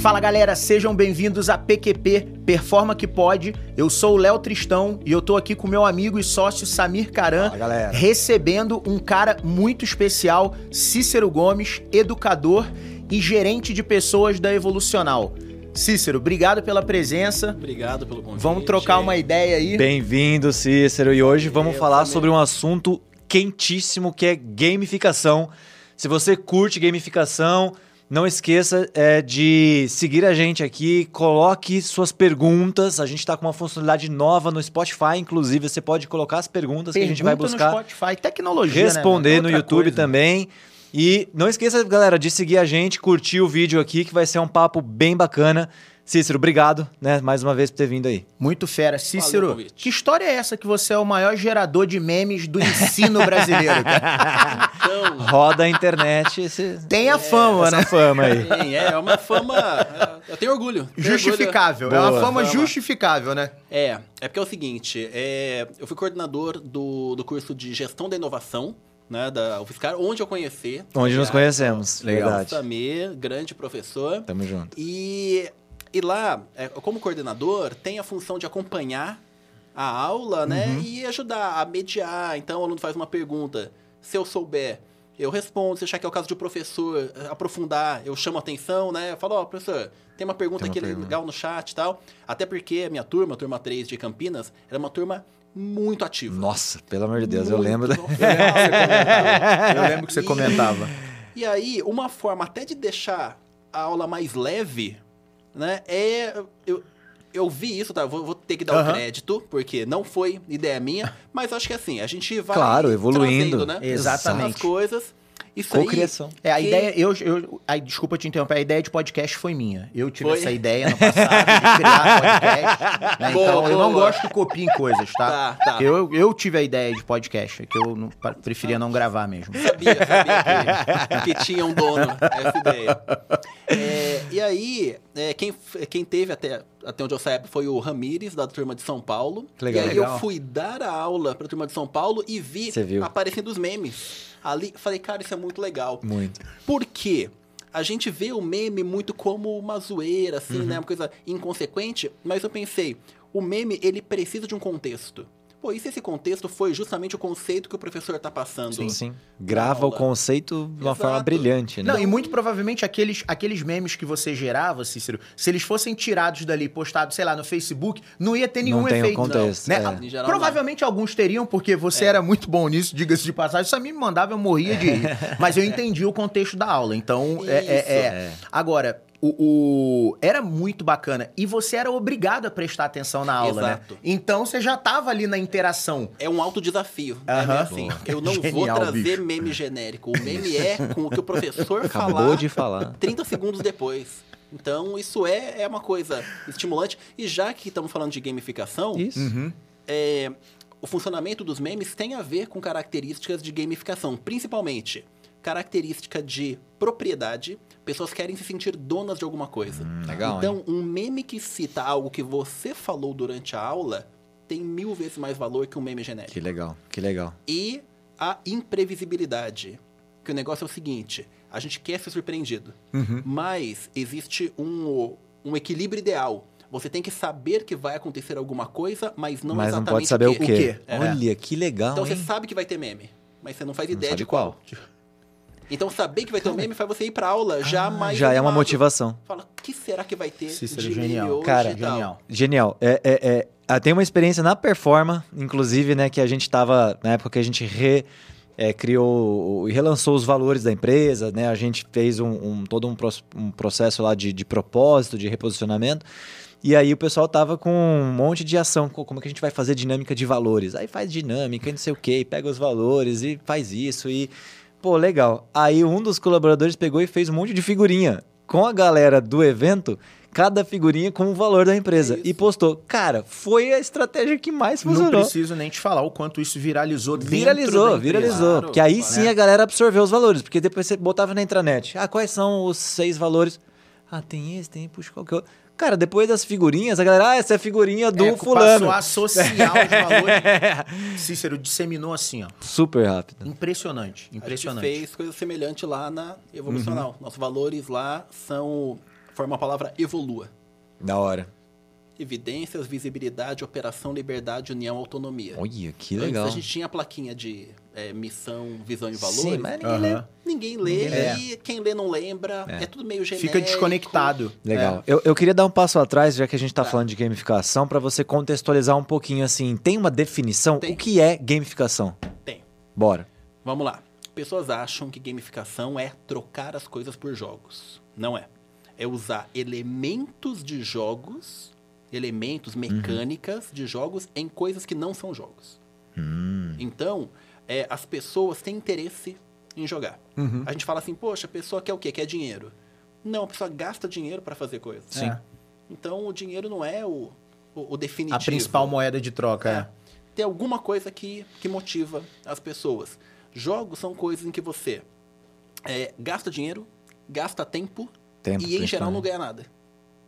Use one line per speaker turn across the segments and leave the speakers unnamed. Fala galera, sejam bem-vindos a PQP Performa que Pode. Eu sou o Léo Tristão e eu tô aqui com meu amigo e sócio Samir Caran,
Fala, galera.
recebendo um cara muito especial, Cícero Gomes, educador e gerente de pessoas da Evolucional. Cícero, obrigado pela presença.
Obrigado pelo convite.
Vamos trocar uma ideia aí.
Bem-vindo, Cícero. E hoje vamos
Eu
falar
também.
sobre um assunto quentíssimo que é gamificação. Se você curte gamificação, não esqueça é, de seguir a gente aqui, coloque suas perguntas. A gente está com uma funcionalidade nova no Spotify, inclusive você pode colocar as perguntas que a gente vai
Pergunta
buscar
no Spotify, tecnologia, né,
responder
velho?
no
Outra
YouTube
coisa.
também. E não esqueça, galera, de seguir a gente, curtir o vídeo aqui, que vai ser um papo bem bacana. Cícero, obrigado, né, mais uma vez por ter vindo aí.
Muito fera. Cícero,
Valeu, convite.
que história é essa que você é o maior gerador de memes do ensino brasileiro? cara?
Então,
Roda a internet esse,
Tem a fama, né?
essa fama aí.
bem, é, é uma fama. é, eu tenho orgulho. Tenho
Justificável. é uma
Boa.
fama,
Fama.
justificável, né?
orgulho. É, é porque é o seguinte: é, eu fui coordenador do, do curso de gestão da inovação, né, da UFSCar, onde eu conheci.
Onde nos
Thiago,
conhecemos,
Legal.
verdade.
Samir, grande professor.
Tamo junto.
E, e lá, é, como coordenador, tem a função de acompanhar a aula, né?
Uhum.
E ajudar a mediar. Então, o aluno faz uma pergunta. Se eu souber, eu respondo. Se achar que é o caso de um professor, eh, aprofundar, eu chamo a atenção, né? Eu falo, ó, professor, tem uma pergunta
Tem uma
aqui
pergunta.
legal no chat e tal. Até porque a minha turma, a turma 3 de Campinas, era uma turma muito ativa.
Nossa, pelo amor de Deus, eu
Muito
lembro. da-
legal.
Eu lembro que você
E-
comentava.
e aí, uma forma até de deixar a aula mais leve, né? É. Eu, eu vi isso, tá? Vou, vou ter que dar
Aham.
o crédito, porque não foi ideia minha, mas acho que assim, a gente vai.
Claro, evoluindo.
trazendo, né?
Exatamente.
As coisas. Isso aí.
Cocriação.
É, a
Que-
ideia, eu, eu, ai, desculpa te interromper, a ideia de podcast foi minha. Eu tive
Foi?
essa ideia no passado de criar podcast. né?
Boa,
então, eu não
boa.
gosto que copiem coisas, tá?
Tá, tá.
Eu, eu tive a ideia de podcast, é que eu não- pa- preferia não gravar mesmo.
Sabia, sabia que, que tinha um dono essa ideia. É, e aí, é, quem, f- quem teve até, até onde eu saiba foi o Ramires, da turma de São Paulo.
Que legal.
E aí
Legal.
eu fui dar a aula pra turma de São Paulo e vi
Você viu.
aparecendo os memes. Ali, falei, cara, isso é muito legal.
Muito.
Por quê? A gente vê o meme muito como uma zoeira, assim,
Uhum.
né? Uma coisa inconsequente. Mas eu pensei, o meme, ele precisa de um contexto. Pô, e se esse contexto foi justamente o conceito que o professor tá passando?
Sim, sim. Grava o
Aula.
conceito de uma
Exato.
forma brilhante, né?
Não, e muito provavelmente aqueles, aqueles memes que você gerava, Cícero, se eles fossem tirados dali, e postados, sei lá, no Facebook, não ia ter nenhum
tem o
efeito.
contexto,
né?
é.
Ah,
Em geral,
provavelmente alguns teriam, porque você era muito bom nisso, diga-se de passagem. Só me mandava, eu morria de rir. Mas eu entendi o contexto da aula. Então, é, é- é. Agora. O, o- era muito bacana. E você era obrigado a prestar atenção na aula,
Exato.
né? Então você já tava ali na interação.
É um autodesafio. desafio
Aham.
É assim, eu não vou
Genial,
trazer
bicho.
meme genérico. O meme é com o que o professor
Acabou
falar
de falar.
30 segundos depois. Então, isso é, é uma coisa estimulante. E já que estamos falando de gamificação,
Isso.
é, o funcionamento dos memes tem a ver com características de gamificação, principalmente característica de propriedade. Pessoas querem se sentir donas de alguma coisa.
Hum, legal,
então, um meme que cita algo que você falou durante a aula tem mil vezes mais valor que um meme genérico.
Que legal, que legal.
E a imprevisibilidade. Que o negócio é o seguinte: a gente quer ser surpreendido,
Uhum.
mas existe um, um equilíbrio ideal. Você tem que saber que vai acontecer alguma coisa, mas não
Mas não
exatamente
pode saber o quê.
quê?
É.
Olha, que legal,
Então você
hein?
sabe que vai ter meme, mas você não faz ideia
sabe
de
qual.
qual. Então saber que vai ter um meme faz você ir pra aula já mais. um
Já é uma
animado.
motivação.
Fala, o que será que vai ter
Cícero,
de
genial.
meme hoje
Cara,
e tal?"
genial.
Genial. É, é, é, ah, tem uma experiência na Performa, inclusive, né, que a gente tava, na época que a gente re, é, criou e relançou os valores da empresa, né, a gente fez um, um- todo um, pros- um processo lá de, de propósito, de reposicionamento, e aí o pessoal tava com um monte de ação, co- como é que a gente vai fazer dinâmica de valores? Aí faz dinâmica, e não sei o quê, e pega os valores e faz isso e... Pô, legal. Aí um dos colaboradores pegou e fez um monte de figurinha com a galera do evento, cada figurinha com o valor da empresa.
Isso.
e postou. Cara, foi a estratégia que mais funcionou.
Não preciso nem te falar o quanto isso viralizou dentro da
Viralizou,
empresa.
viralizou.
Claro,
porque aí
claro.
sim a galera absorveu os valores. Porque depois você botava na intranet. Ah, quais são os seis valores? Ah, tem esse, tem, puxa, qualquer outro. Cara, depois das figurinhas, a galera, ah, essa é a figurinha do
é, Passou
fulano.
a associar os valores. Cícero disseminou assim, ó.
Super rápido.
Impressionante,
A gente
impressionante.
Uhum.
fez coisa semelhante lá na Evolucional. Nossos valores lá são forma a palavra evolua.
Da hora.
Evidências, visibilidade, operação, liberdade, união, autonomia.
Olha, que
Antes
legal.
a gente tinha a plaquinha de é, missão, visão e valores.
Sim, mas ninguém
Aham.
lê.
Ninguém lê,
Ninguém
e quem lê não lembra, é, tudo meio genérico.
Fica desconectado.
Legal.
É.
Eu, eu queria dar um passo atrás, já que a gente tá falando de gamificação, pra você contextualizar um pouquinho assim. Tem uma definição?
Tem.
O que é gamificação?
Tem.
Bora.
Vamos lá. Pessoas acham que gamificação é trocar as coisas por jogos. Não é. É usar elementos de jogos, elementos,
Uhum.
mecânicas de jogos em coisas que não são jogos.
Hum.
Então, é, as pessoas têm interesse em jogar. A gente fala assim, poxa, a pessoa quer o quê? Quer dinheiro. Não, a pessoa gasta dinheiro para fazer coisas.
Sim.
Então, o dinheiro não é o, o, o definitivo.
A principal moeda de troca.
É. Tem alguma coisa que, que motiva as pessoas. Jogos são coisas em que você é, gasta dinheiro, gasta tempo,
Tempo,
e um em geral não
principalmente.
ganha nada.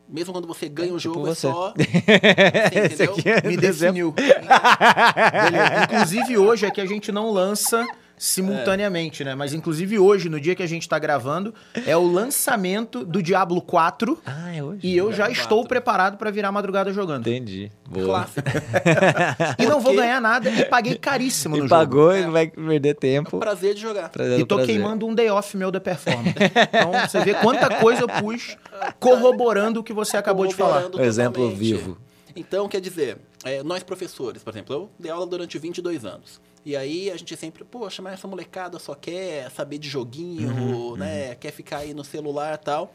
Mesmo quando você ganha o
tipo
jogo,
você.
é só.
Esse
entendeu?
aqui é
é. Me
do exemplo.
definiu. Beleza. Inclusive hoje é que a gente não lança simultaneamente, né? Mas inclusive hoje, no dia que a gente tá gravando, é o lançamento do Diablo 4
Ah, é hoje.
e eu já
Diablo
estou
4.
preparado pra virar madrugada jogando.
Entendi. Boa.
Clássico. É
E não vou
Porque
ganhar nada e paguei caríssimo no
E
jogo.
pagou e não vai perder
É o
tempo.
prazer de jogar.
Pra dar
E
o
tô
prazer.
queimando um day off meu da performance. Então você vê quanta coisa eu pus corroborando o que você acabou de falar.
Corroborando
Um exemplo
totalmente.
vivo.
Então, quer dizer, é, nós professores, por exemplo, eu dei aula durante 22 anos. E aí a gente sempre, poxa, mas essa molecada só quer saber de joguinho,
Uhum,
né? Quer ficar aí no celular e tal.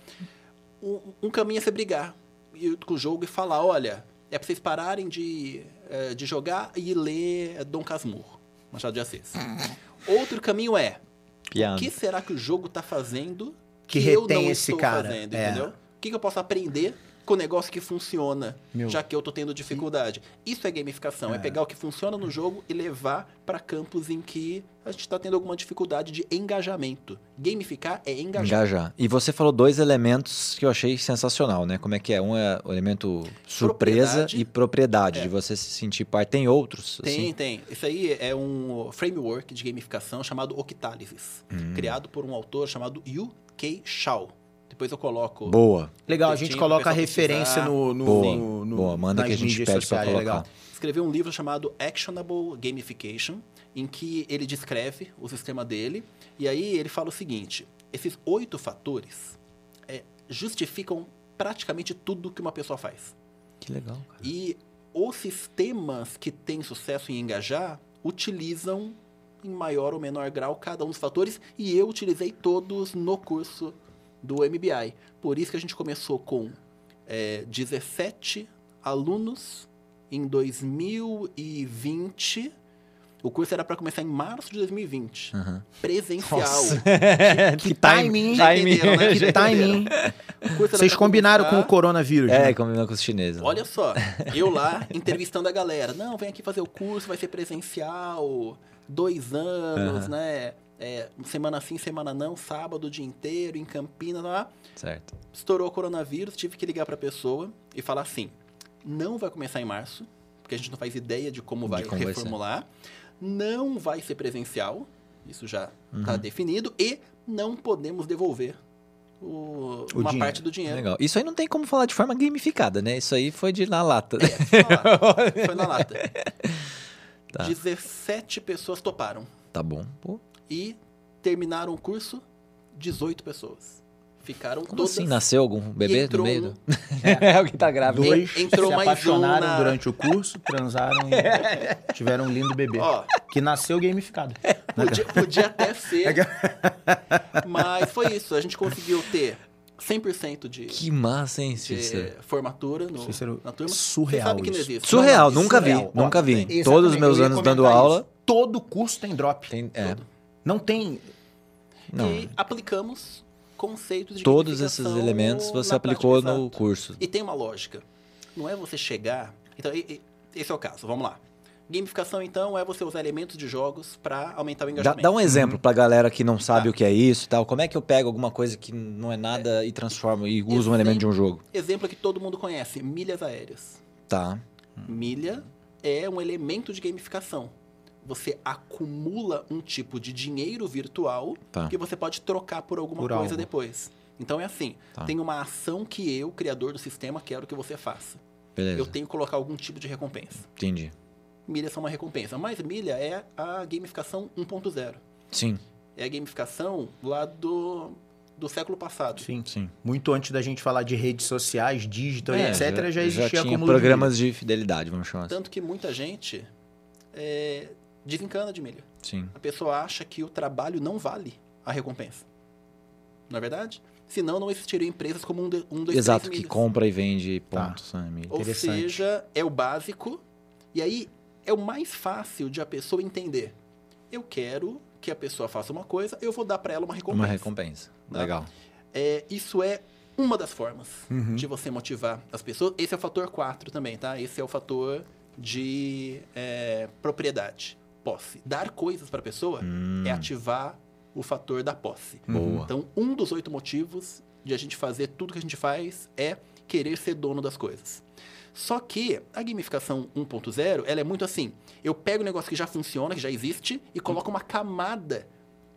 Um, um caminho é você brigar e- com o jogo e falar, olha, é pra vocês pararem de, eh, de jogar e ler Dom Casmurro, Machado de Assis.
Uhum.
Outro caminho é, o
Piano.
que será que o jogo tá fazendo
Que
eu
retém
não
esse
estou
cara?
fazendo,
É.
entendeu? O que, que eu posso aprender com o negócio que funciona,
Meu.
já que eu tô tendo dificuldade? Isso é gamificação, é. pegar o que funciona no jogo e levar pra campos em que a gente tá tendo alguma dificuldade de engajamento. Gamificar é engajar.
Engajar. E você falou dois elementos que eu achei sensacional, né? Como é que é? Um é o elemento surpresa
Propriedade.
e propriedade,
É.
de você se sentir parte. Tem outros,
Tem,
assim?
tem. Isso aí é um framework de gamificação chamado Octalysis,
Hum.
criado por um autor chamado Yu Kei Shao. Depois eu coloco
Boa.
Legal, a
Certinho,
gente coloca a
pro pessoal
referência
pesquisar.
no, no,
Boa,
no- no-
boa, manda
nas
que a gente
mídias
pede pra
sociais,
colocar.
legal.
escreveu um livro chamado Actionable Gamification, em que ele descreve o sistema dele. E aí ele fala o seguinte: esses oito fatores é, justificam praticamente tudo que uma pessoa faz.
Que legal, cara.
E os sistemas que têm sucesso em engajar utilizam em maior ou menor grau cada um dos fatores e eu utilizei todos no curso do MBI. Por isso que a gente começou com é, 17 alunos em 2020. O curso era para começar em março de 2020.
Hum.
Aham.
Presencial.
Nossa.
Que timing,
Já entenderam, né?
é Que
Já
timing.
entenderam. O curso era
Vocês
pra
combinaram com o
começar-
coronavírus.
É,
né?
combinou com os chineses.
Olha só, eu lá entrevistando a galera. Não, vem aqui fazer o curso, vai ser presencial, dois anos, né? É, semana sim, semana não, sábado o dia inteiro, em Campinas, lá.
Certo.
Estourou o coronavírus, tive que ligar pra pessoa e falar assim: não vai começar em março, porque a gente não faz ideia de como
De
vai
como vai ser.
reformular. não vai ser presencial, isso já tá
Uhum.
definido, e não podemos devolver o-
O
uma
dinheiro.
parte do dinheiro.
Legal. Isso aí não tem como falar de forma gamificada, né? Isso aí foi de na lata.
É, foi na lata. Foi na lata. 17 pessoas toparam.
tá bom. Pô,
E terminaram o curso, 18 pessoas. Ficaram
como
todas.
assim? Nasceu algum
e
bebê no
entrou
meio?
um.
Do... É, o que tá grávido.
Dois
entrou
se
mais um
apaixonaram
na-
durante o curso, transaram e tiveram um lindo bebê.
Ó,
Que nasceu gamificado.
É,
podia, podia até ser. mas foi isso. A gente conseguiu ter 100% de,
Que massa, hein, Cícero?
de formatura no,
Cícero,
na turma.
surreal
Você sabe que É, não
isso.
existe.
Surreal,
Não, não,
nunca
surreal.
vi, nunca vi.
Exatamente,
Todos os meus
eu ia
anos dando
comentar
aula.
isso. Todo curso tem drop.
Tem- é,
Não tem.
não.
E aplicamos conceitos de
Todos esses
gamificação
elementos você
na
aplicou
prática, é
no
exato.
curso.
E tem uma lógica. Não é você chegar. Então, e- e- esse é o caso. Vamos lá. Gamificação, então, é você usar elementos de jogos pra aumentar o
Dá,
engajamento.
dá um exemplo pra galera que não sabe
Tá.
o que é isso e tal. Como é que eu pego alguma coisa que não é nada e transformo e uso um elemento de um jogo?
Exemplo que todo mundo conhece: milhas aéreas.
Tá.
Milha é um elemento de gamificação. Você acumula um tipo de dinheiro virtual
Tá.
que você pode trocar por alguma
Por
coisa
algo.
depois. Então é assim,
Tá.
tem uma ação que eu, criador do sistema, quero que você faça.
Beleza.
Eu tenho que colocar algum tipo de recompensa.
Entendi.
Milhas são uma recompensa, mas milha é a gamificação 1.0.
Sim,
É a gamificação lá do, do século passado.
Sim.
sim.
Muito antes da gente falar de redes sociais, digital e
É,
etc., já, existia
já tinha
acúmulo de
programas de, fidelidade, vamos chamar assim.
Tanto que muita gente é, desencana de milha.
Sim.
A pessoa acha que o trabalho não vale a recompensa. Não é verdade? Senão não existiriam empresas como um, de, um dois,
Exato,
três
que
milhas.
compra e vende
Tá.
pontos. né, milha.
Ou
Interessante.
seja, é o básico. E aí é o mais fácil de a pessoa entender. Eu quero que a pessoa faça uma coisa, eu vou dar para ela uma recompensa.
Uma recompensa.
Tá.
Legal.
É, isso é uma das formas
Uhum.
de você motivar as pessoas. Esse é o fator 4 também, tá? Esse é o fator de é, propriedade, posse. Dar coisas para a pessoa
Hum, Uhum.
é ativar o fator da posse.
Boa.
Então, um dos oito motivos de a gente fazer tudo que a gente faz é querer ser dono das coisas. Só que a gamificação 1.0, ela é muito assim, eu pego um negócio que já funciona, que já existe, e
Uhum.
coloco uma camada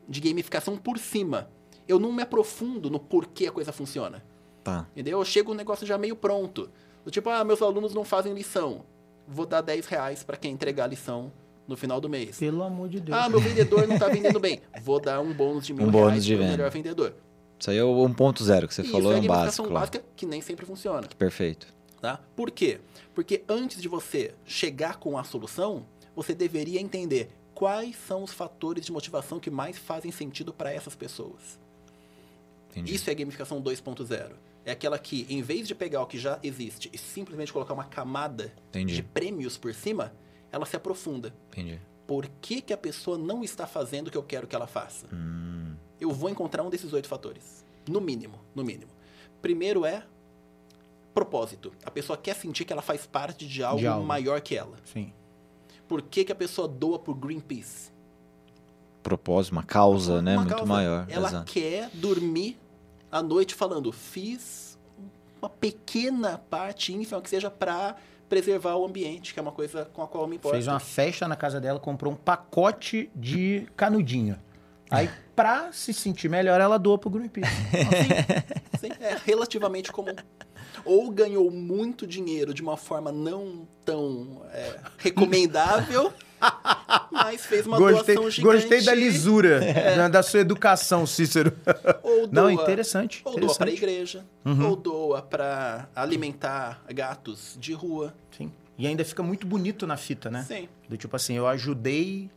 de gamificação por cima. Eu não me aprofundo no porquê a coisa funciona.
Tá.
Entendeu? Eu chego um negócio já meio pronto. Do tipo, ah, meus alunos não fazem lição. Vou dar 10 reais para quem entregar a lição no final do mês.
Pelo amor de Deus.
Ah, meu vendedor não tá vendendo bem. Vou dar um bônus de mil
Um bônus
reais
de
pro
venda.
melhor vendedor.
Isso aí é o 1.0 que você
E
falou, é um
gamificação
básico lá.
básica que nem sempre funciona,
Perfeito.
tá? Por quê? Porque antes de você chegar com a solução, você deveria entender quais são os fatores de motivação que mais fazem sentido para essas pessoas.
Entendi.
Isso é gamificação 2.0. É aquela que, em vez de pegar o que já existe e simplesmente colocar uma camada de
Entendi.
prêmios por cima, ela se aprofunda.
Entendi.
Por que, que a pessoa não está fazendo o que eu quero que ela faça?
Hum,
eu vou encontrar um desses oito fatores. No mínimo, no mínimo. Primeiro é propósito. A pessoa quer sentir que ela faz parte de algo,
De algo.
maior que ela.
Sim.
Por que, que a pessoa doa pro Greenpeace?
propósito, uma causa, né?
Uma
Muito
causa.
maior.
Ela
Exato.
quer dormir à noite falando, fiz uma pequena parte ínfima que seja pra preservar o ambiente, que é uma coisa com a qual eu me importo.
Fez uma festa na casa dela, comprou um pacote de canudinho. Aí, pra se sentir melhor, ela doa pro Greenpeace.
Sim, é relativamente comum. Ou ganhou muito dinheiro de uma forma não tão é, recomendável, mas fez uma
Gostei,
doação gigante.
gostei da lisura, da-
né,
da sua educação, Cícero.
Ou doa,
Não, interessante.
ou
interessante.
doa
Uhum.
para a igreja, ou doa para alimentar gatos de rua.
Sim. E ainda fica muito bonito na fita, né?
Sim.
Do tipo assim, eu ajudei.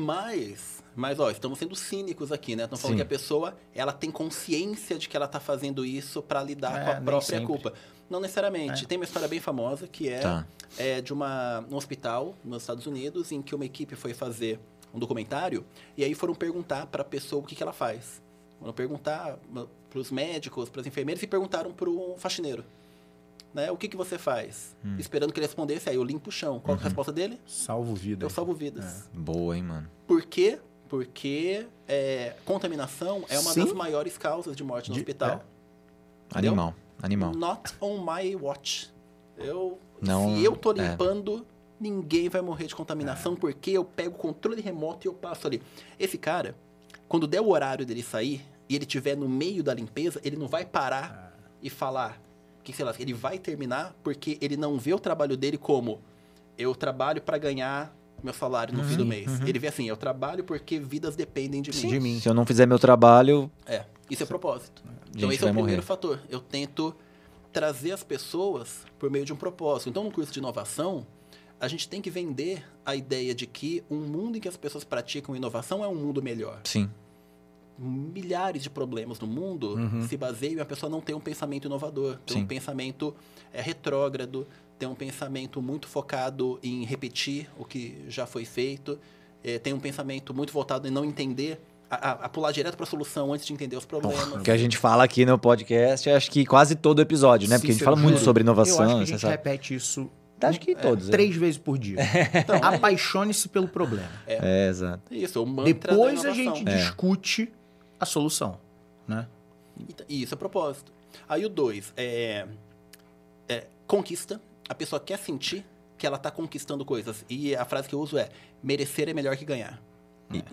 Mas, mas ó, estamos sendo cínicos aqui, né? Estamos falando
Sim.
que a pessoa, ela tem consciência de que ela tá fazendo isso para lidar
É,
com a
nem
própria
sempre.
culpa. Não necessariamente. Tem uma história bem famosa que é
Tá.
é, de uma, um hospital nos Estados Unidos em que uma equipe foi fazer um documentário e aí foram perguntar para a pessoa o que, que ela faz. Foram perguntar para os médicos, para as enfermeiras e perguntaram para um faxineiro. Né, o que, que você faz? Esperando que ele respondesse, aí eu limpo o chão. Qual que é a resposta dele?
Salvo vida.
Eu salvo vidas.
Boa, hein, mano.
Por quê? Porque é, contaminação é uma
Sim.
das maiores causas de morte no
De- é.
hospital. Entendeu?
Animal. Animal.
Not on my watch. Eu,
Não-
se eu tô
é.
limpando, ninguém vai morrer de contaminação, porque eu pego o controle remoto e eu passo ali. Esse cara, quando der o horário dele sair, e ele estiver no meio da limpeza, ele não vai parar e falar. Que, sei lá, ele vai terminar porque ele não vê o trabalho dele como eu trabalho pra ganhar meu salário no fim do mês. Ele vê assim, eu trabalho porque vidas dependem de mim.
de mim.
Se eu não fizer meu trabalho,
É, isso é propósito. Então
gente
esse é o
vai morrer.
primeiro fator. Eu tento trazer as pessoas por meio de um propósito. Então no curso de inovação, a gente tem que vender a ideia de que um mundo em que as pessoas praticam inovação é um mundo melhor.
sim.
Milhares de problemas no mundo se baseiam em a pessoa não ter um pensamento inovador, ter
Uhum. Sim.
um pensamento é, retrógrado, ter um pensamento muito focado em repetir o que já foi feito, é, tem um pensamento muito voltado em não entender, a, a- a pular direto para a solução antes de entender os problemas.
O que a gente fala aqui no podcast, acho que quase todo episódio, né? Porque a gente
Cícero,
fala muito
juro.
sobre
Eu acho que
inovação,
a
você
é
gente
sabe.
repete isso
Acho que todos. é.
três vezes por dia.
Então, é-
Apaixone-se pelo problema.
É, exato.
Isso, o mantra
Depois
da
a
inovação. É.
gente
É.
discute a solução, né?
E isso é propósito. Aí o dois é, é conquista. A pessoa quer sentir que ela tá conquistando coisas. E a frase que eu uso é merecer é melhor que ganhar.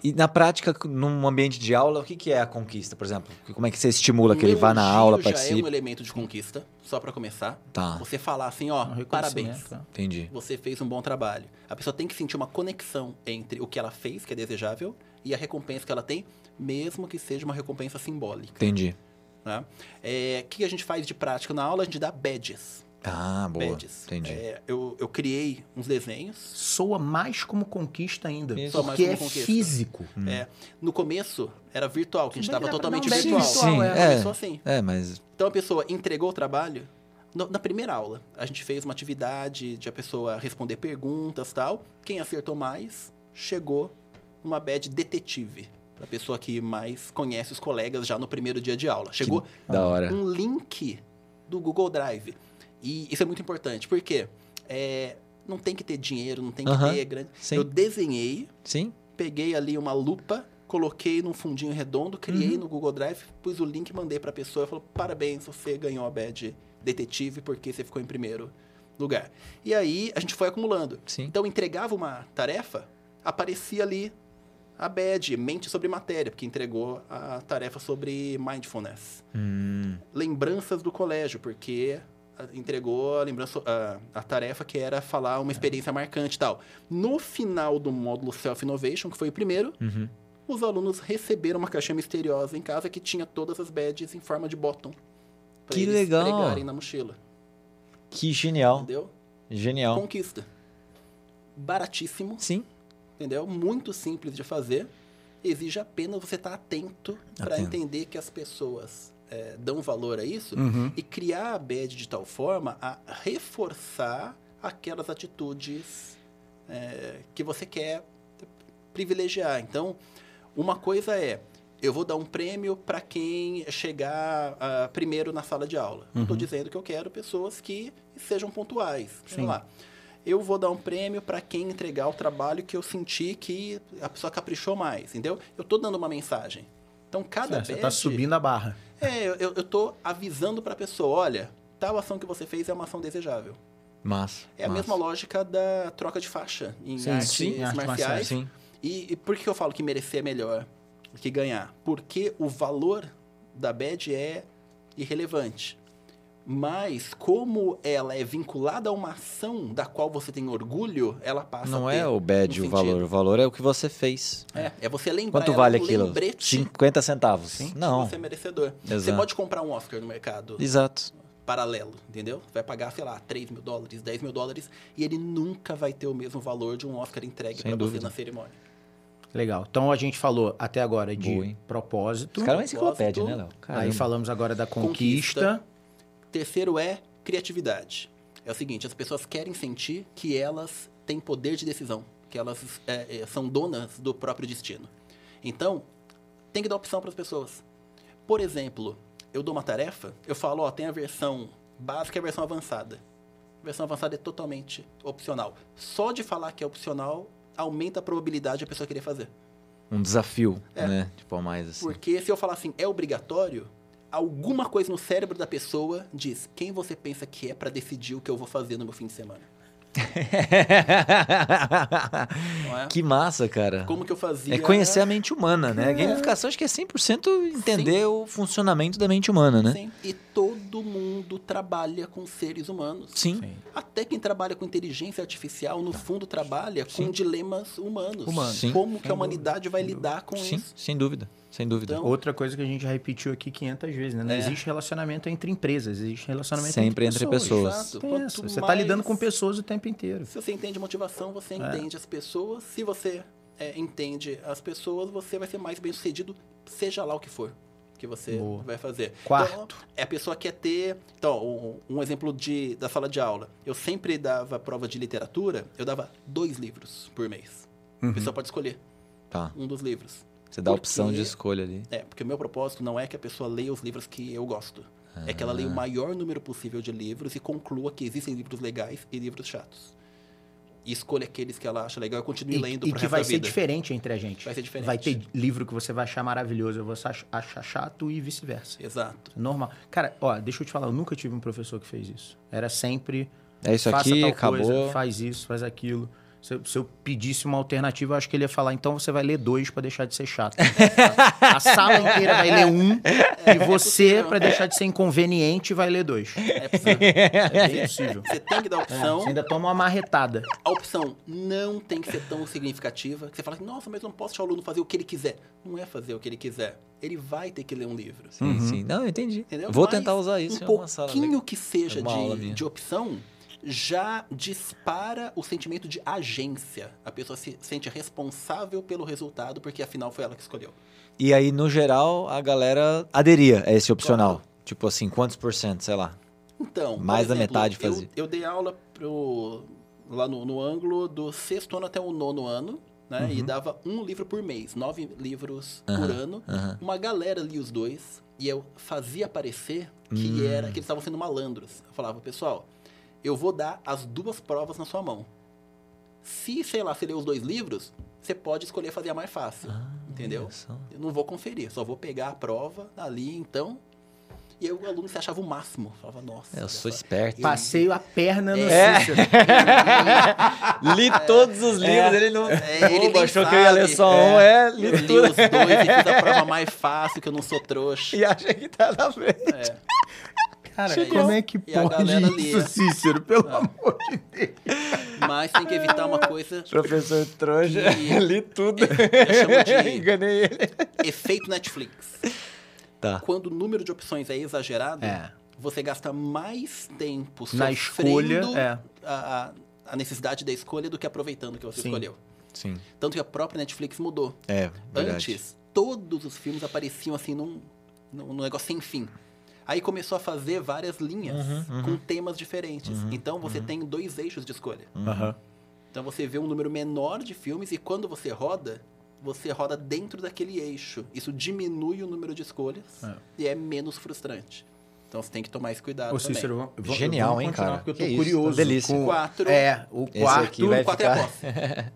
E, e na prática, num ambiente de aula, o que, que é a conquista, por exemplo? Como é que você estimula que ele vá na
elogio
aula,
já
participe?
é um elemento de conquista, só pra começar.
Tá.
Você falar assim, ó,
Um
parabéns.
reconhecimento, né?
Entendi.
Você fez um bom trabalho. A pessoa tem que sentir uma conexão entre o que ela fez, que é desejável, e a recompensa que ela tem, mesmo que seja uma recompensa simbólica.
Entendi.
né? É, o que a gente faz de prática na aula? A gente dá badges.
Ah, boa.
badges.
Entendi.
É, eu, eu criei uns desenhos.
Soa mais como conquista ainda.
Isso.
Soa mais
Porque
como
é
conquista.
físico.
É, no começo era virtual, que a gente
Se bem
estava
que dá pra dar um
totalmente
badge
virtual.
virtual, Sim,
é.
Começou assim.
É, mas.
Então a pessoa entregou o trabalho. No- na primeira aula, a gente fez uma atividade de a pessoa responder perguntas tal. Quem acertou mais chegou uma badge detetive. A pessoa que mais conhece os colegas já no primeiro dia de aula. Chegou
Da hora.
um link do Google Drive. E isso é muito importante, porque é, não tem que ter dinheiro, não tem que
Aham,
ter grande.
sim.
Eu desenhei,
Sim?
peguei ali uma lupa, coloquei num fundinho redondo, criei no Google Drive, pus o link, mandei pra pessoa, ela falou: "Parabéns, você ganhou a badge detetive porque você ficou em primeiro lugar". E aí a gente foi acumulando.
Sim.
Então entregava uma tarefa, aparecia ali a badge, mente sobre matéria, porque entregou a tarefa sobre mindfulness
Hum,
lembranças do colégio, porque ah, entregou a, lembrança, a, a tarefa que era falar
É.
uma experiência marcante e tal. No final do módulo Self Innovation, que foi o primeiro,
uhum.
os alunos receberam uma caixinha misteriosa em casa que tinha todas as badges em forma de bottom. pra
Que
eles
legal!
Pregarem na mochila,
Que genial.
entendeu?
Genial.
Conquista. Baratíssimo,
Sim.
entendeu? Muito simples de fazer. Exige apenas você estar atento para
Atento.
entender que as pessoas eh, dão valor a isso
Uhum.
e criar a bad de tal forma a reforçar aquelas atitudes é, que você quer privilegiar. Então, uma coisa é, eu vou dar um prêmio para quem chegar ah, primeiro na sala de aula.
Uhum.
Não Estou dizendo que eu quero pessoas que sejam pontuais. Sei
Sim.
lá. Eu vou dar um prêmio para quem entregar o trabalho que eu senti que a pessoa caprichou mais, entendeu? Eu estou dando uma mensagem. Então, cada
Você tá
badge-
subindo a barra.
é, eu, eu eu tô avisando pra pessoa, olha, tal ação que você fez é uma ação desejável.
Massa.
É a
massa.
mesma lógica da troca de faixa em
Sim,
artes
sim, em artes
marciais.
marciais,
Sim.
E, e por que eu falo que merecer é melhor que ganhar? Porque o valor da bad é irrelevante. Mas como ela é vinculada a uma ação da qual você tem orgulho, ela passa
Não
a ter
é o badge
um
o valor.
sentido.
O valor é o que você fez.
É, é você lembrar
Quanto
ela é
vale
um
aquilo?
lembrete
50 centavos.
que
Não.
você é merecedor. Você
Exato.
pode comprar um Oscar no mercado.
Exato.
paralelo, entendeu? Vai pagar, sei lá, 3 mil dólares, 10 mil dólares, e ele nunca vai ter o mesmo valor de um Oscar entregue
Sem
pra você
dúvida.
na cerimônia.
Legal. Então a gente falou até agora de
Boa, hein?
propósito.
Os caras é uma enciclopédia, né,
gosto.
Léo?
Aí
Caramba.
falamos agora da conquista.
Conquista. Terceiro é criatividade. É o seguinte, as pessoas querem sentir que elas têm poder de decisão, que elas é, é, são donas do próprio destino. Então, tem que dar opção para as pessoas. Por exemplo, eu dou uma tarefa, eu falo, ó, tem a versão básica e a versão avançada. A versão avançada é totalmente opcional. Só de falar que é opcional aumenta a probabilidade de a pessoa querer fazer.
Um desafio,
É.
né? Tipo, a mais assim.
Porque se eu falar assim, é obrigatório, alguma coisa no cérebro da pessoa diz quem você pensa que é pra decidir o que eu vou fazer no meu fim de semana. Não é?
que massa, cara.
Como que eu fazia.
É conhecer a mente humana, né? Gamificação acho que é 100% entender o funcionamento da mente humana, né?
Sim. E todo mundo trabalha com seres humanos.
Sim.
Sim.
Até quem trabalha com inteligência artificial, no fundo, trabalha com dilemas humanos.
Humanos.
Sim.
Como que a humanidade vai lidar com
Sim,
isso?
sem dúvida. Sem dúvida.
Então,
Outra coisa que a gente já repetiu aqui 500 vezes, né? Não
É.
existe relacionamento entre empresas, existe relacionamento
Sempre
entre
entre
pessoas.
pessoas.
Exato.
Tem
Quanto
essa. Você tá
mais-
lidando com pessoas o tempo inteiro.
Se você entende motivação, você
É.
entende as pessoas. Se você é, entende as pessoas, você vai ser mais bem sucedido, seja lá o que for que você
Boa.
vai fazer.
Quarto.
Então, é a pessoa que quer ter. Então, um, um exemplo de, da sala de aula. Eu sempre dava prova de literatura, eu dava dois livros por mês.
Uhum.
A pessoa pode escolher
Tá.
um dos livros.
Você dá a
Por
opção de
quê?
escolha ali.
É, porque o meu propósito não é que a pessoa leia os livros que eu gosto. É que ela leia o
Ah.
maior número possível de livros e conclua que existem livros legais e livros chatos. E escolha aqueles que ela acha legal e continue
E,
lendo
e
pro
que
resto
vai
da
ser
vida.
diferente entre a gente.
Vai ser diferente.
Vai ter livro que você vai achar maravilhoso, eu vou ach- achar chato e vice-versa.
Exato.
Normal. Cara, ó, deixa eu te falar, eu nunca tive um professor que fez isso. Era sempre.
É isso
faça
aqui,
tal
acabou.
Coisa, faz isso, faz aquilo. Se eu, se eu pedisse uma alternativa, eu acho que ele ia falar, então você vai ler dois pra deixar de ser chato. a sala inteira vai ler um e você,
É, possível.
pra deixar de ser inconveniente, vai ler dois.
É possível.
É bem possível.
Você tem
É,
que dar opção.
Você ainda toma uma marretada.
A opção não tem que ser tão significativa que você fala assim, nossa, mas eu não posso deixar o aluno fazer o que ele quiser. Não é fazer o que ele quiser. Ele vai ter que ler um livro.
Sim, sim. Não, eu entendi.
Entendeu?
Vou
Mas
tentar usar isso
Um
em alguma sala. É
pouquinho que seja
Uma aula
de,
minha.
de opção já dispara o sentimento de agência. A pessoa se sente responsável pelo resultado, porque afinal foi ela que escolheu.
E aí, no geral, a galera aderia a esse opcional. Tipo assim, quantos por cento, sei lá.
Então, por
Mais da metade
eu-
fazia.
Eu, dei aula pro, lá no, no ângulo do sexto ano até o nono ano, né? E dava um livro por mês, nove livros por ano.
Uhum. Aham.
Uma galera lia os dois e eu fazia parecer que
Hum.
era que eles estavam sendo malandros. Eu falava, pessoal, eu vou dar as duas provas na sua mão. Se, sei lá, você ler os dois livros, você pode escolher fazer a mais fácil.
Ah,
entendeu?
Olha só.
Eu não vou conferir, só vou pegar a prova ali, então. E aí o aluno se achava o máximo. Falava, nossa.
É, Eu sou
essa-
esperto.
Passeio a perna no
É.
Cícero.
Li todos os livros, ele não.
É, ele
Bobo,
nem
achou que eu ia ler
sabe.
só um, é, li
Eu li
tudo.
os dois e fiz a prova mais fácil, que eu não sou trouxa.
E acha que tá na frente.
É.
Cara,
Chegou.
como é que
E a galera é.
pode
lia.
isso, Cícero? Pelo amor de Deus.
Mas tem que evitar uma coisa
Professor trouxa,
E-
li tudo.
eu chamo de-
Enganei ele.
Efeito Netflix.
Tá.
Quando o número de opções é exagerado,
É.
você gasta mais tempo
Na escolha,
sofrendo
é.
a, a- a necessidade da escolha do que aproveitando o que você
Sim.
escolheu.
Sim.
Tanto que a própria Netflix mudou.
É, verdade.
Antes, todos os filmes apareciam assim num, num num negócio sem fim. Aí começou a fazer várias linhas
Uhum,
com temas diferentes. então você tem dois eixos de escolha. Então você vê um número menor de filmes e quando você roda, você roda dentro daquele eixo. Isso diminui o número de escolhas
É.
e é menos frustrante. Então você tem que tomar esse cuidado
Ô,
também.
Cícero, vamos- vamos-
Genial,
vamos
hein,
continuar,
cara?
Porque eu
Que
tô
isso,
curioso.
delícia.
com-
Quatro.
É, o
aqui
quarto.
vai
quatro é
ficar-
posse.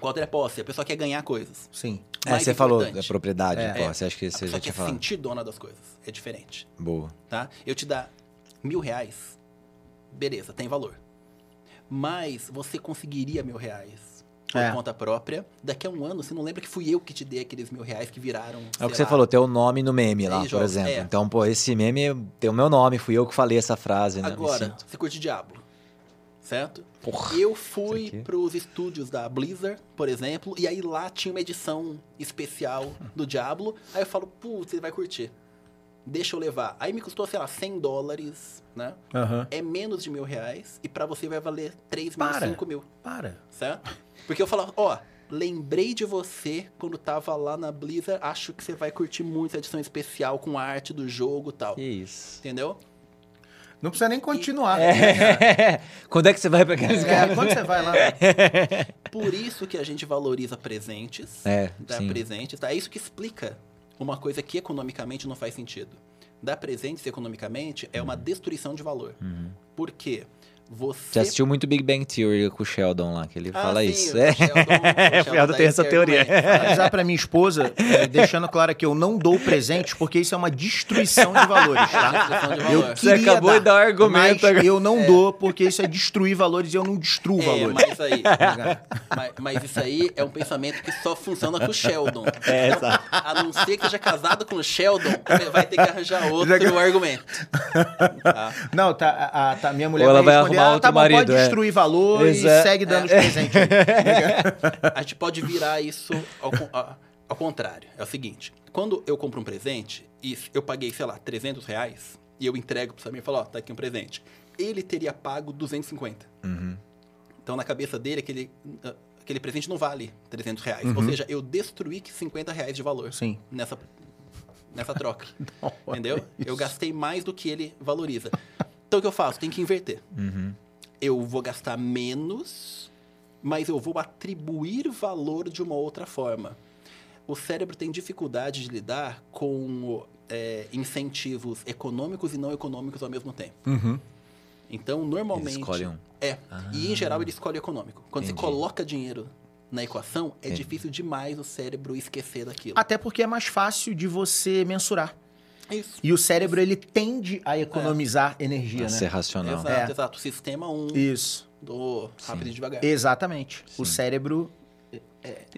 Quatro é posse. A pessoa quer ganhar coisas.
Sim.
É,
Mais
você falou
importante.
da propriedade,
É.
pô. Você acha que
A
você já
pessoa
tinha
quer
falado?
sentir dona das coisas. É diferente.
Boa.
tá? Eu te dar mil reais, beleza, tem valor. Mas você conseguiria mil reais por
É.
conta própria. Daqui a um ano, você não lembra que fui eu que te dei aqueles mil reais que viraram.
É o
sei
que você
lá,
falou, tem o nome no meme lá,
Seis
por
jogos,
exemplo.
é.
Então, pô, esse meme tem o meu nome, fui eu que falei essa frase, né? Me
Agora,
sinto.
você curte Diablo, certo?
Porra,
eu
isso
fui
aqui.
pros estúdios da Blizzard, por exemplo, e aí lá tinha uma edição especial do Diablo. Aí eu falo, putz, você vai curtir. Deixa eu levar. Aí me custou, sei lá, 100 dólares, né?
Aham.
É menos de mil reais e pra você vai valer 3 mil,
Para.
5 mil.
Para.
certo? Porque eu falava, ó, lembrei de você quando tava lá na Blizzard, acho que você vai curtir muito a edição especial com a arte do jogo e tal.
Que isso.
Entendeu?
Não precisa nem continuar.
Quando é que você vai pra aqueles caras?
É, quando você vai lá.
Por isso que a gente valoriza presentes.
É,
Dá
sim.
presentes, tá? É isso que explica uma coisa que economicamente não faz sentido. Dar presentes economicamente é uma destruição de valor. Por quê? Você
Você Uhum. assistiu muito Big Bang Theory com o Sheldon lá, que ele
Ah,
fala
sim,
isso.
o
É.
Sheldon- o
É,
Sheldon
Sheldon tem
da
essa teoria.
Internet.
avisar pra minha esposa, eh, deixando claro que eu não dou presente, porque isso é uma destruição de valores, tá?
Destruição de valor.
Eu
Você
queria
acabou de dar um argumento
mas
agora.
eu não dou, porque isso é destruir valores e eu não destruo
É,
valores.
mas aí. mas, mas isso aí é um pensamento que só funciona com o Sheldon.
É, exato.
A não ser que seja casado com o Sheldon, você vai ter que arranjar outro argumento. Tá?
Não, tá, a, a- tá, minha mulher
Ou ela vai
responder,
arrumar
ah, tá
outro
bom, pode
marido, é.
destruir valor
Exa-
e segue dando os presentes.
A gente pode virar isso ao, con- a- ao contrário. É o seguinte: quando eu compro um presente e eu paguei, sei lá, 300 reais e eu entrego pro Samir e falo, ó, tá aqui um presente. Ele teria pago 250. Então, na cabeça dele, aquele, ah, aquele presente não vale 300 reais. Ou seja, eu destruí que 50 reais de valor
Sim.
nessa, nessa troca. entendeu? Eu gastei mais do que ele valoriza. Então, o que eu faço? Tem que inverter. Eu vou gastar menos, mas eu vou atribuir valor de uma outra forma. O cérebro tem dificuldade de lidar com é, incentivos econômicos e não econômicos ao mesmo tempo.
Uhum.
Então, normalmente.
Eles escolhem um.
É. E em geral ele escolhe o econômico. Quando
Entendi.
você coloca dinheiro na equação, é
Entendi.
difícil demais o cérebro esquecer daquilo.
Ah,
Até porque é mais fácil de você mensurar.
é
Isso.
E o cérebro, ele tende a economizar energia,
Pra Tá ser
né?
racional.
É.
Exato, exato. Sistema 1,
Isso.
do rápido e devagar.
Exatamente. O cérebro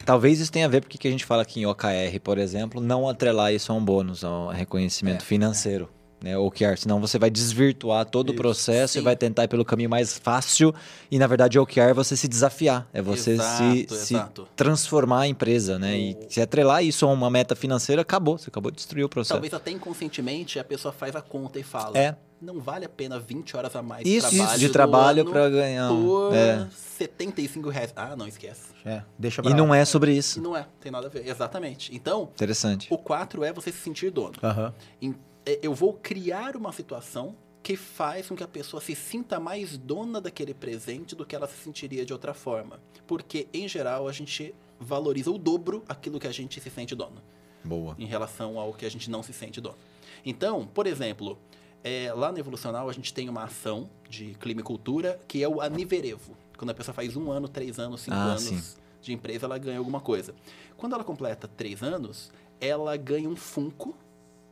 Talvez isso tenha a ver porque que a gente fala que em OKR, por exemplo, não atrelar isso a um bônus, a um
É,
reconhecimento financeiro. Né? Ou que senão você vai desvirtuar todo o
Isso,
processo
sim.
e vai tentar ir pelo caminho mais fácil. E na verdade, OKR é você se desafiar, é você se,
Exato,
se
exato.
transformar a empresa, né? E se atrelar isso a uma meta financeira, acabou. Você acabou de destruir o processo.
Talvez até inconscientemente a pessoa faz a conta e fala.
É.
Não vale a pena 20 horas a mais
Isso,
de trabalho.
isso, de
do
trabalho
ano
para ganhar.
Por
É.
75 reais. Ah, não esquece.
é, deixa pra
E
lá.
não é sobre
E
isso.
Não é, tem nada a ver. Exatamente. Então,
Interessante.
o 4 é você se sentir dono.
Aham.
Em- é, Eu vou criar uma situação que faz com que a pessoa se sinta mais dona daquele presente do que ela se sentiria de outra forma. Porque, em geral, a gente valoriza o dobro aquilo que a gente se sente dono
Boa.
em relação ao que a gente não se sente dono. Então, por exemplo, é, lá no Evolucional a gente tem uma ação de clima e cultura que é o aniverevo. Quando a pessoa faz um ano, três anos, cinco
Ah,
anos
sim.
de empresa, ela ganha alguma coisa. Quando ela completa três anos, ela ganha um Funko,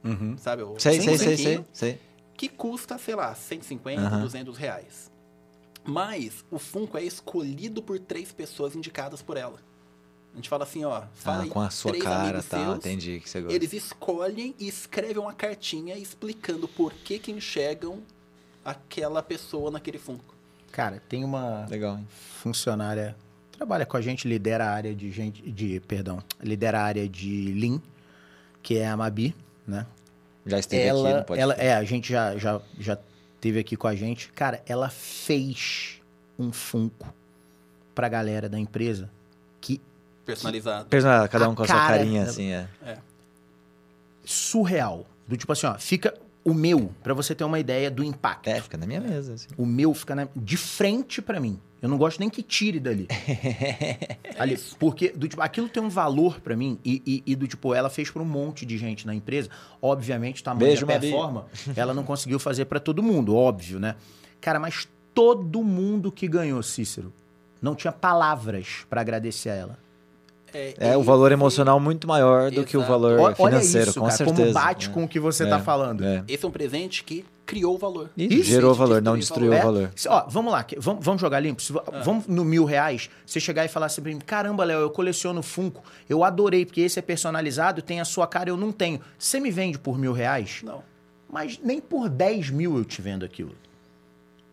Uhum.
sabe? o-
Sei,
um
sei, sei,
Funkinho,
sei, sei.
Que custa, sei lá, 150,
Aham.
200 reais. Mas o Funko é escolhido por três pessoas indicadas por ela. A gente fala assim, ó, fala
Ah,
aí
com a sua
três
cara,
amigos
tá?
seus,
Entendi que você gosta.
eles escolhem e escrevem uma cartinha explicando por que que enxergam aquela pessoa naquele Funko.
Cara, tem uma
Legal, hein?
funcionária trabalha com a gente, lidera a área de gente de, perdão, lidera a área de Lean, que é a Mabi, né?
Já esteve aqui,
Ela,
não pode
ela é, a gente já já já teve aqui com a gente. Cara, ela fez um Funko pra galera da empresa que
Personalizado.
Personal, cada
A
um com a sua
cara-
carinha, assim, é.
surreal. Do tipo assim, ó, fica o meu, pra você ter uma ideia do impacto.
É, fica na minha mesa, assim.
O meu fica na- de frente pra mim. Eu não gosto nem que tire dali.
É
É
ali, porque do tipo, aquilo tem um valor pra mim e, e- e do tipo, ela fez pra um monte de gente na empresa. Obviamente, o tamanho
Beijo,
da
Mabi.
performa, ela não conseguiu fazer pra todo mundo, óbvio, né? Cara, mas todo mundo que ganhou Cícero não tinha palavras pra agradecer a ela.
É o valor emocional muito maior do que o
Exato.
valor
Ó- Olha
financeiro,
isso,
com
cara,
certeza.
como bate com o que você
É.
tá falando.
É.
Esse é um presente que criou o valor.
Ih,
Isso,
gerou
gente,
valor, não
destruiu
destruiu
É,
o valor.
se- Ó, vamos lá, que- vamos, vamos jogar limpo. Se vo-
É.
Vamos no mil reais, você chegar e falar assim pra mim, caramba, Léo, eu coleciono Funko, eu adorei, porque esse é personalizado, tem a sua cara, eu não tenho. Você me vende por mil reais?
Não.
Mas nem por 10 mil eu te vendo aquilo.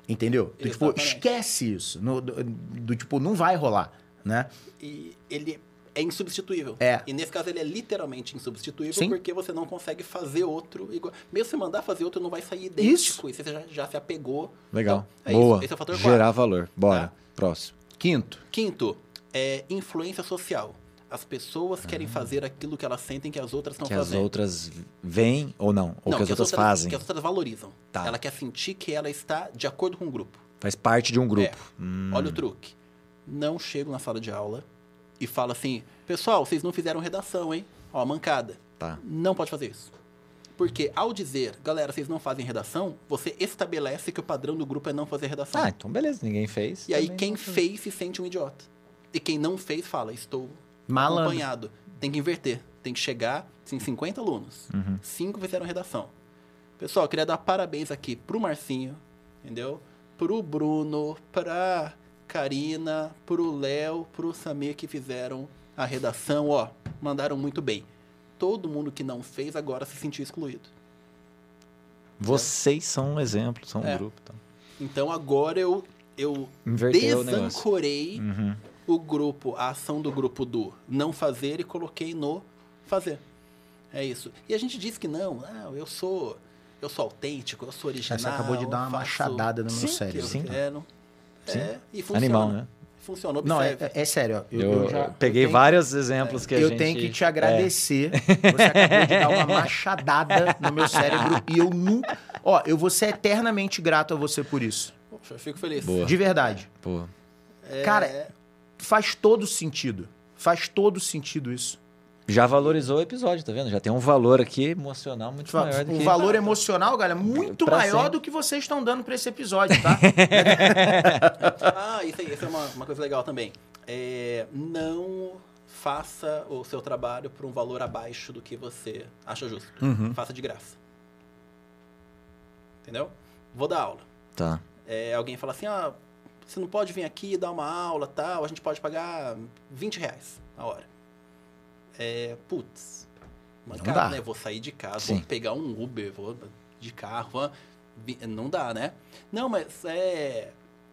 Entendeu? Do tipo,
Exatamente.
esquece isso. No- do, do tipo, não vai rolar, né?
E ele é insubstituível.
É.
E nesse caso ele é literalmente insubstituível
Sim.
porque você não consegue fazer outro igual. Mesmo se mandar fazer outro, não vai sair idêntico. E você já, já se apegou.
Legal.
Então, é
Boa.
Isso. Esse é o fator
Gerar
4.
valor. Bora. Próximo.
Quinto,
Quinto, é influência social. As pessoas querem fazer aquilo que elas sentem que as outras não
Ah. que as
fazem.
outras vêm ou não. Ou que as outras fazem.
Que as outras valorizam.
Tá.
Ela quer sentir que ela está de acordo com o grupo.
Faz parte de um grupo.
É. Olha o truque. Não chego na sala de aula e falo assim, pessoal, vocês não fizeram redação, hein? Ó, mancada.
Tá.
Não pode fazer isso. Porque ao dizer, galera, vocês não fazem redação, você estabelece que o padrão do grupo é não fazer redação.
Ah, então beleza, ninguém fez.
e aí
também
quem
não fez.
fez se sente um idiota. E quem não fez fala, estou
malandro.
acompanhado. Tem que inverter. Tem que chegar em 50 alunos. Cinco fizeram redação. Pessoal, eu queria dar parabéns aqui pro Marcinho, entendeu? Pro Bruno, pra Karina, pro Léo, pro Samir que fizeram a redação, ó. Mandaram muito bem. Todo mundo que não fez agora se sentiu excluído.
Vocês são um exemplo, são um
É.
grupo. Então.
Então agora eu, eu
Inverteu o negócio.
desancorei
Uhum.
o grupo, a ação do grupo do não fazer e coloquei no fazer. É isso. E a gente diz que não, ah, eu sou eu sou autêntico, eu sou original.
Você acabou de dar uma
eu faço
machadada no meu
Sim,
o que eu
cérebro.
sim.
quero.
Sim.
É, e funciona.
Animal, né?
Funcionou,
Não, é,
observe.
é- é sério. ó, Eu,
Eu,
eu já-
peguei
eu tenho-
vários exemplos que a
eu
gente... é.
tenho que te agradecer. Você acabou de dar uma machadada no meu cérebro e eu nunca. Ó, eu vou ser eternamente grato a você por isso.
Poxa, eu fico feliz. É,
Boa.
De verdade.
Pô,
Cara, faz todo sentido. Faz todo sentido isso.
já valorizou o episódio, tá vendo? Já tem um valor aqui emocional muito maior do
O
que...
Um valor emocional, galera, muito
Pra
maior
sempre.
do que vocês estão dando pra esse episódio, tá?
Ah, isso aí, isso é uma, uma coisa legal também. É, não faça o seu trabalho por um valor abaixo do que você acha justo. Faça de graça. Entendeu? Vou dar aula.
Tá.
É, alguém fala assim, ah, Você não pode vir aqui dar uma aula tal, a gente pode pagar 20 reais a hora. É, putz,
dá.
mancada, né? Vou sair de casa,
Sim.
vou pegar um Uber, vou de carro, vou- vi- não dá, né? Não, mas é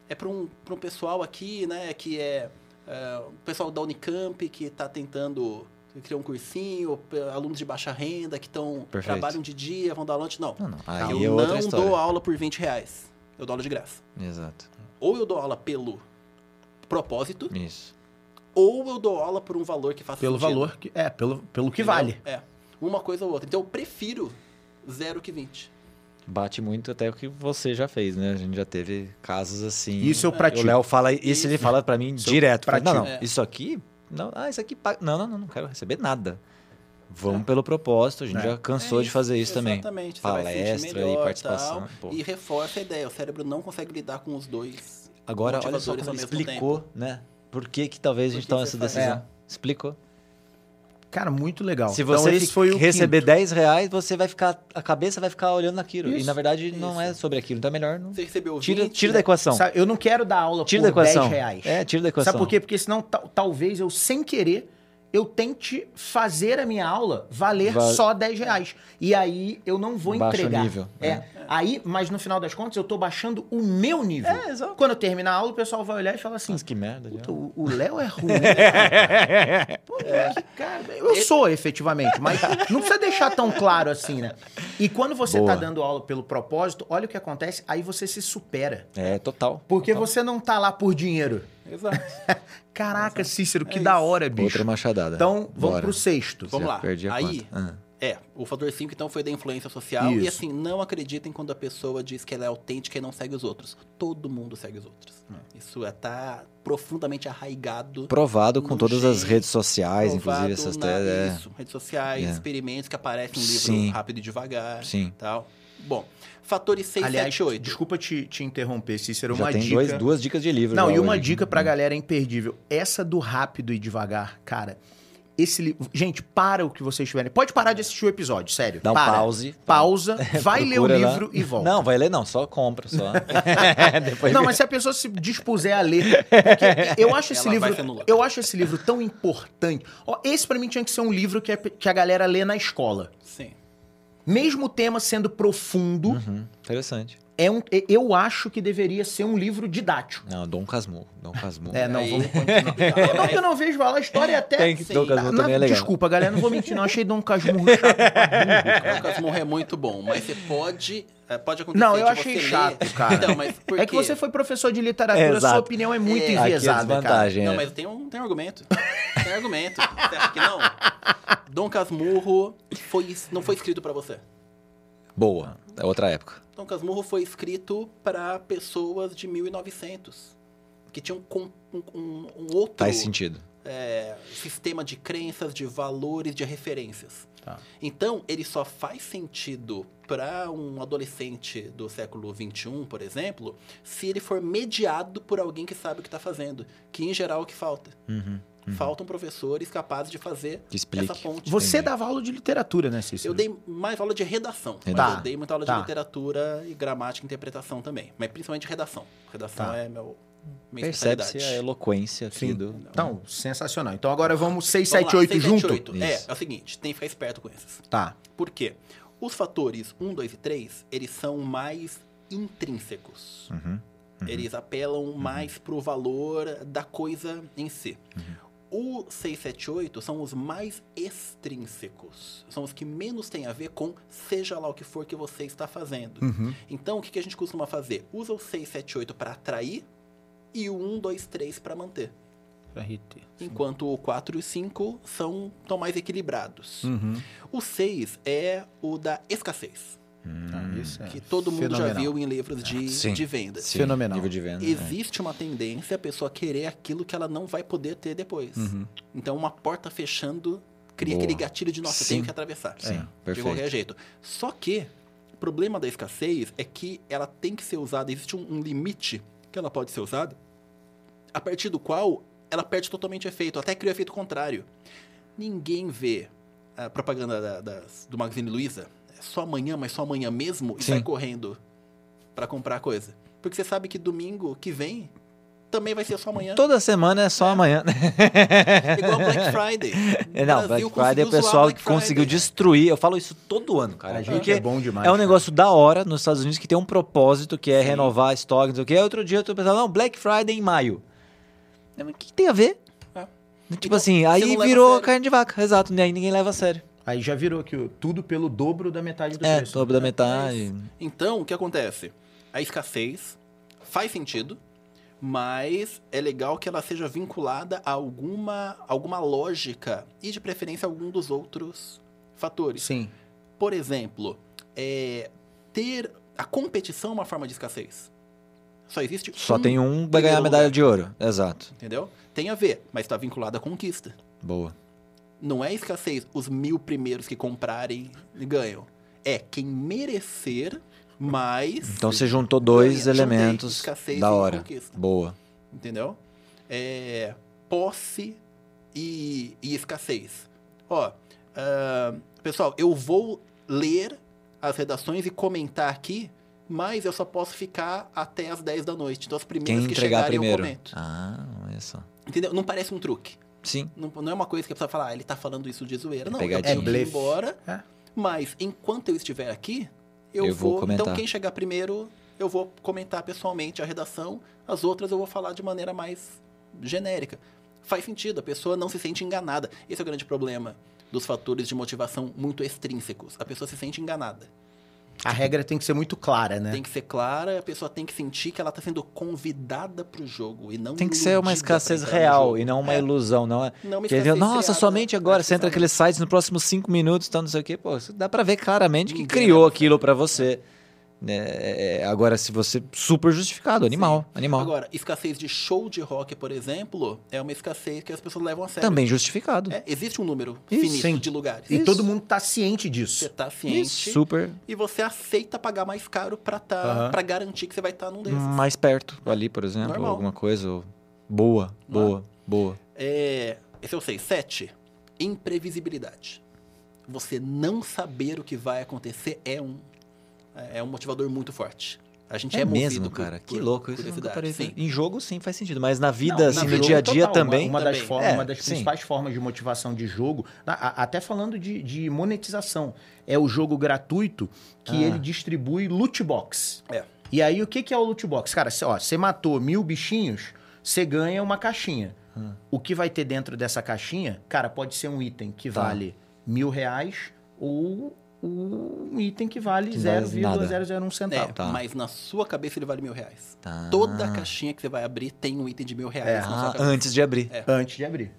é para um, pra um pessoal aqui, né, que é, é, o pessoal da Unicamp que está tentando criar um cursinho, p- alunos de baixa renda que estão
Perfeito.
trabalham de dia, vão dar lanche, não.
Não, não. Aí
eu
é
não
outra história.
dou aula por 20 reais. Eu dou aula de graça.
Exato.
Ou eu dou aula pelo propósito,
Isso.
ou eu dou aula por um valor que faça
Pelo
sentido.
valor que. É, pelo, pelo que
Entendeu?
vale.
É. Uma coisa ou outra. Então eu prefiro zero que 20.
Bate muito até o que você já fez, né? A gente já teve casos assim.
Isso eu
O
pratico.
Léo fala, isso ele fala pra mim
Isso eu
direto. Fala, não, não,
pratico.
É.
isso aqui. Não, ah, isso aqui paga. Não, não, não, não quero receber nada. Vamos pelo propósito, a gente
É.
já cansou
É
de fazer isso também.
Exatamente. Você vai se sentir
Palestra
melhor,
e participação.
tal,
pô.
e reforça a ideia. O cérebro não consegue lidar com os dois.
Agora, olha só
motivadores
como
ao
ele
mesmo
explicou, né? Por que, que talvez a
Por
gente
que
toma
que
essa
você faz?
decisão. Explicou.
Cara, muito legal.
Se
Então,
você
esse foi o
receber 10 reais, você vai ficar. A cabeça vai ficar olhando naquilo. E
Isso,
na verdade não é
isso.
sobre aquilo. Então é melhor não.
Você recebeu 20,
Tira, tira da
né?
equação.
quinto. Sabe, eu não quero dar aula
então. Tira da
por 10
equação.
reais.
É, tira da equação.
Sabe por quê? Porque senão tal- talvez eu, sem querer, eu tente fazer a minha aula valer
Va-
só 10 reais. E aí eu não vou
Baixa o
entregar.
nível,
é.
né?
Aí, mas no final das contas, eu tô baixando o meu nível.
É, exato.
Quando eu terminar a aula, o pessoal vai olhar e falar assim:
Nossa, que merda.
"Puta,
Léo.
o o Léo é ruim. né, cara? Pô, que cara, eu sou, efetivamente, mas não precisa deixar tão claro assim, né? E quando você
Boa.
tá dando aula pelo propósito, olha o que acontece, aí você se supera.
É, total.
Porque você não tá lá por dinheiro.
Exato.
Caraca, Cícero, que
É
da
isso.
hora, bicho.
Outra machadada.
Então, vamos
Bora.
pro sexto.
Vamos
Já
lá.
Perdi a
Aí-
conta. Ah.
é, o fator 5 então foi da influência social. E
Isso.
assim, não acreditem quando a pessoa diz que ela é autêntica e não segue os outros. Todo mundo segue os outros. Isso é, tá profundamente arraigado.
Provado com
um
No
todas as
jeito,
redes sociais, inclusive
provado
essas
na-
teses.
Isso, redes sociais,
É.
experimentos que aparecem no livro
Sim.
Rápido e Devagar.
Sim.
Tal. Bom, fatores 6,
Aliás,
7, 8.
desculpa te, te interromper, Cícero,
Já
uma
tem
dica.
dois, duas dicas de livro.
Não,
já
e uma
hoje.
dica pra galera imperdível. Essa do rápido e devagar, cara. Esse livro. Gente, para o que vocês estiverem. Pode parar de assistir o episódio, sério.
Dá um
para.
pause. tá,
Pausa, vai ler o
Procura lá.
livro e volta.
Não, vai ler não, só compra, só. Depois
Não, mas se a pessoa se dispuser a ler, porque eu acho esse
Ela vai
livro,
ser nula.
eu acho esse livro tão importante. Ó, esse pra mim tinha que ser um livro que a, que a galera lê na escola.
Sim.
Mesmo o tema sendo profundo,
Uhum, interessante.
é um, e- eu acho que deveria ser um livro didático.
Não, Dom Casmurro. Dom Casmurro.
É, não,
Aí-
vamos continuar. Não, que eu não vejo lá, a história é até.
Tem que
sim.
Dom Casmurro
Na-
também é legal.
Desculpa, galera, não vou mentir, não. Achei Dom Casmurro chato. pra burro.
Lucas Moura é muito bom, mas você pode. é, Pode acontecer.
Não, eu
de
achei
você ler-
chato, cara.
Então, mas por
É que
quê?
você foi professor de literatura,
Exato.
sua opinião é muito
É.
Aqui
Aqui é
é
enviesada, cara.
desvantagem.
Não,
é.
mas tem um, tem um argumento. Tem um argumento. Você acha que não? Dom Casmurro foi, não foi escrito pra você.
Boa. É outra época.
Dom Casmurro foi escrito pra pessoas de 1900. Que tinham com- um, um- um outro
Faz sentido.
é, sistema de crenças, de valores, de referências.
Tá.
Então, ele só faz sentido para um adolescente do século XXI, por exemplo, se ele for mediado por alguém que sabe o que está fazendo, que em geral é o que falta.
Uhum.
Faltam professores capazes de fazer
Que explique.
essa ponte.
Você
Entendi.
dava aula de literatura, né, Cícero?
Eu dei mais aula de redação,
Tá.
mas eu dei muita aula
Tá.
de literatura e gramática e interpretação também, mas principalmente redação. Redação
Tá.
é meu, minha
Percebe-se a
especialidade.
eloquência aqui
Sim.
do...
Então, sensacional. Então agora vamos 6,
Vamos
7,
lá,
8
seis,
junto?
sete, oito.
Isso.
É, é o seguinte, tem que ficar esperto com esses.
Tá.
Por quê? Os fatores 1, 2 e 3, eles são mais intrínsecos.
Uhum.
Eles apelam mais pro valor da coisa em si. O 6, 7, 8 são os mais extrínsecos. São os que menos têm a ver com seja lá o que for que você está fazendo.
Hum. Uhum.
Então, o que, que a gente costuma fazer? Usa o 6, 7, 8 para atrair e o 1, 2, 3 para manter.
RT.
Enquanto o 4 e o 5 são tão mais equilibrados.
Hum. Uhum.
Uhum.
O 6 é o da escassez,
isso é
que todo mundo já
fenomenal.
viu em livros de,
Ah, Sim.
de venda.
Sim,
Fenomenal.
Nível de venda. é.
Existe uma tendência a pessoa querer aquilo que ela não vai poder ter depois.
Uhum.
Então, uma porta fechando cria
Boa.
aquele gatilho de nossa, eu
Sim.
tenho que atravessar.
Sim,
De
perfeito.
qualquer jeito. Só que o problema da escassez é que ela tem que ser usada, existe um, um limite que ela pode ser usada, a partir do qual ela perde totalmente efeito, até cria o efeito contrário. Ninguém vê a propaganda da- das- do Magazine Luiza, é só amanhã, mas só amanhã mesmo, e
Sim.
sai correndo pra comprar coisa. Porque você sabe que domingo que vem também vai ser só amanhã.
Toda semana é só amanhã. É,
Igual Black Friday.
Não, Black
Brasil
Friday
conseguiu
o
zoar
pessoal
Black Friday. né? Uhum.
conseguiu destruir. Eu falo isso todo ano, cara.
A gente
porque
é bom demais,
É um
cara.
né?
negócio da hora nos Estados Unidos que tem um propósito que é renovar estoque, não sei o quê. Aí outro dia eu tô pensando, não, Black Friday em maio. Não, mas O que que tem a ver?
É.
Tipo
Então,
assim,
você não
aí
leva a
virou
sério.
carne de vaca, exato. né? Aí ninguém leva a sério.
Aí já virou aqui, ó, tudo pelo dobro da metade do
É,
preço.
dobro da
né?
metade.
Então, o que acontece? A escassez faz sentido, mas é legal que ela seja vinculada a alguma, alguma lógica e, de preferência, algum dos outros fatores.
Sim.
Por exemplo, é, ter a competição é uma forma de escassez. Só existe
Só
um,
tem um que vai ganhar a
primeiro
medalha
lugar.
de ouro. Exato.
Entendeu? Tem a ver, mas está vinculada à conquista.
Boa.
Não é escassez os mil primeiros que comprarem ganham. É quem merecer mais.
Então você juntou dois
Ganha, juntei
elementos
escassez
da
e
hora.
conquista.
Boa.
Entendeu? É, posse e, e escassez. Ó, ah, pessoal, eu vou ler as redações e comentar aqui, mas eu só posso ficar até as 10 da noite. Então as primeiras
Quem
que
entregar
chegarem
primeiro?
eu comento.
Ah, olha só.
Entendeu? Não parece um truque.
Sim.
Não, não é uma coisa que a pessoa fala, ah, ele tá falando isso de zoeira.
É
Não,
pegadinha.
eu
É
tenho que ir
blefe.
embora,
É.
mas enquanto eu estiver aqui, eu,
Eu vou
vou...
comentar.
Então quem chegar primeiro, eu vou comentar pessoalmente a redação. As outras eu vou falar de maneira mais genérica. Faz sentido, a pessoa não se sente enganada. Esse é o grande problema dos fatores de motivação muito extrínsecos. A pessoa se sente enganada.
A regra Tipo, tem que ser muito clara,
É.
né?
Tem que ser clara, a pessoa tem que sentir que ela tá sendo convidada pro jogo e não
Tem que ser uma
iludida Um pra
escassez
entrar no
real
jogo.
e não uma
É,
ilusão, não é?
não uma
Quer dizer,
escassez né?
Nossa,
criada
somente agora você entra
artificialmente.
naqueles sites nos próximos cinco minutos, tá, não sei o quê. Pô, isso dá pra ver claramente que
Ninguém
criou
leva a
aquilo pra você. né? É, agora, se você. Super justificado, animal. Animal.
Agora, escassez de show de rock, por exemplo, é uma escassez que as pessoas levam a sério.
Também justificado.
É, existe um número
Isso,
finito
sim.
de lugares.
E
Isso.
todo mundo tá ciente
Você
disso.
tá ciente
Isso, super
e você aceita pagar mais caro pra, tá,
Aham.
pra garantir que você vai estar num desses.
mais perto. Ali, por exemplo,
Normal.
alguma coisa. ou- Boa, boa, boa.
É, esse eu sei. Sete, imprevisibilidade. Você não saber o que vai acontecer é um, é um motivador muito forte. A gente é,
É mesmo,
movido por-
cara. Que
por
louco isso. eu nunca
curiosidade,
parei de-
sim.
Em jogo, sim, faz sentido. Mas na vida,
Não, na
assim, no
vida,
dia a dia
total, uma-
também.
Uma, das,
Também.
formas,
É,
uma das
sim.
principais formas de motivação de jogo, na- a- até falando de, de monetização, é o jogo gratuito que
Ah.
ele distribui loot box.
É.
E aí, o que, que é o loot box? Cara, cê- ó, você matou mil bichinhos, você ganha uma caixinha. O que vai ter dentro dessa caixinha, cara, pode ser um item que
Tá.
vale mil reais ou um item que vale
Que vale
0,001 centavo.
É,
Tá.
Mas na sua cabeça ele vale mil reais.
Tá.
Toda caixinha que você vai abrir tem um item de mil
É.
reais na sua
Ah,
cabeça.
antes de abrir.
É.
Antes de abrir.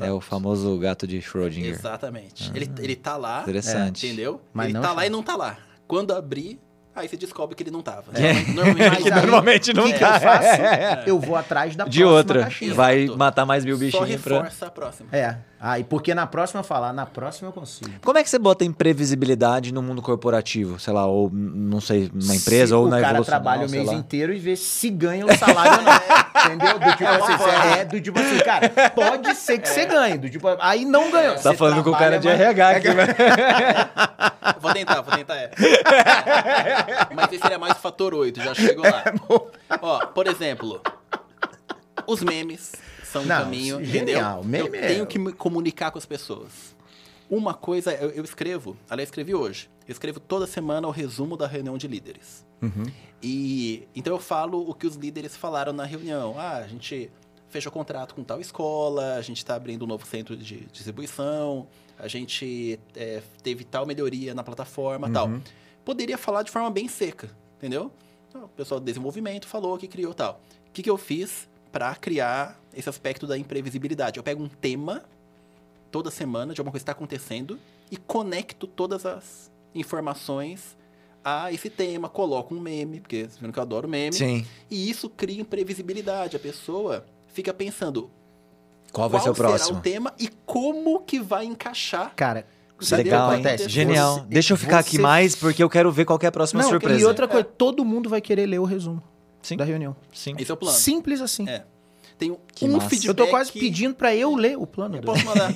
É, o famoso gato de Schrödinger.
Exatamente. Ele, ele tá lá,
Interessante.
entendeu?
Mas
ele
não
tá
está.
lá e não tá lá. Quando abrir, aí você descobre que ele não tava.
É.
Normalmente
Que
ele tá lá.
normalmente não
O que, que eu
tá.
faço?
É.
Eu vou atrás da
De
próxima
outra.
caixinha.
Vai
Exato.
matar mais mil
Só
bichinhos né, pra.
reforça a próxima.
É. Aí, porque na próxima eu falar, na próxima eu consigo.
Como é que você bota imprevisibilidade no mundo corporativo? Sei lá, ou n- não sei, na empresa
Se
ou
o
na
cara
evolução.
trabalha o
sei
mês
lá.
inteiro e vê se ganha o salário ou não. Entendeu? Do tipo
É uma
assim,
forma.
é do tipo assim, cara, pode ser que você ganhe. Do tipo, aí não ganhou.
É. Tá falando com o cara de RH aqui, né?
Vou tentar, vou tentar. É. Mas esse seria mais o fator 8, já chegou lá.
É
Ó, por exemplo, os memes são um
Não,
caminho,
genial,
entendeu?
meme
eu
é-
tenho que me comunicar com as pessoas. Uma coisa, eu, eu escrevo, aliás, escrevi hoje. Eu escrevo toda semana o resumo da reunião de líderes. E então eu falo o que os líderes falaram na reunião. Ah, a gente fechou contrato com tal escola, a gente está abrindo um novo centro de distribuição, a gente é, teve tal melhoria na plataforma, tal. Poderia falar de forma bem seca, entendeu? Então, o pessoal do desenvolvimento falou que criou tal. O que, que eu fiz para criar esse aspecto da imprevisibilidade? Eu pego um tema toda semana de alguma coisa que está acontecendo e conecto todas as informações a esse tema, coloco um meme, porque vocês viram que eu adoro meme.
Sim.
E isso cria imprevisibilidade. A pessoa fica pensando
Qual vai ser o
será
próximo?
o tema e como que vai encaixar.
Cara, sabe o que
é Legal, hein?
acontece?
Genial.
Você-
Deixa eu ficar aqui
você-
mais, porque eu quero ver qual que é a próxima
Não,
surpresa. É.
e outra coisa, todo mundo vai querer ler o resumo
Sim.
da reunião.
Sim.
Esse é o plano.
Simples assim.
É. Tenho
Que É
um
massa.
feedback.
Eu tô quase pedindo pra eu ler o plano do.
Posso mandar?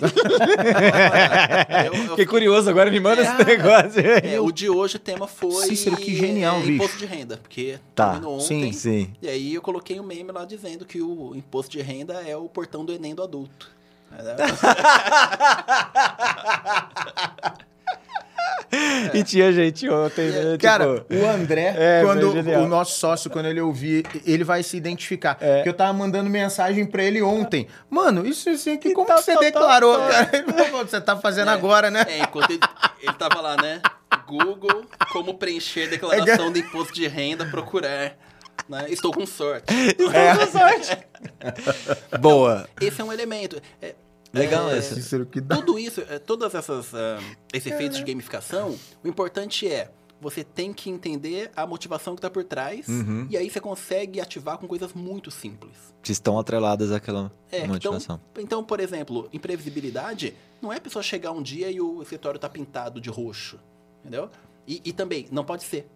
Eu- eu-
Fiquei curioso agora, me manda esse
Cara,
negócio.
é, o de hoje o tema foi.
Cícero, que genial,
é,
bicho.
Imposto de renda, porque
Tá,
terminou
sim,
ontem.
Sim.
E aí eu coloquei um meme lá dizendo que o imposto de renda é o portão do Enem do adulto. É.
E tinha gente ontem, né?
Cara,
tipo,
o André,
É,
quando
foi genial.
o nosso sócio, quando ele ouvir, ele vai se identificar.
É.
Porque eu tava mandando mensagem pra ele ontem. Mano, isso assim aqui, como
tal,
que você
tal,
declarou?
tal,
cara? Ele falou, Você tá fazendo
É.
agora, né?
É, enquanto ele, ele tava lá, né? Google, como preencher declaração do imposto de renda, procurar. né? Estou com sorte.
É. boa.
Esse é um elemento. É,
Legal
é,
esse.
Cícero, que dá.
Tudo isso, é, todas essas ah, esses efeitos de gamificação, o importante é você tem que entender a motivação que tá por trás
Uhum.
e aí você consegue ativar com coisas muito simples.
Que estão atreladas àquela
É,
motivação.
Então, então, por exemplo, imprevisibilidade não é a pessoa chegar um dia e o escritório tá pintado de roxo, entendeu? E, e também não pode ser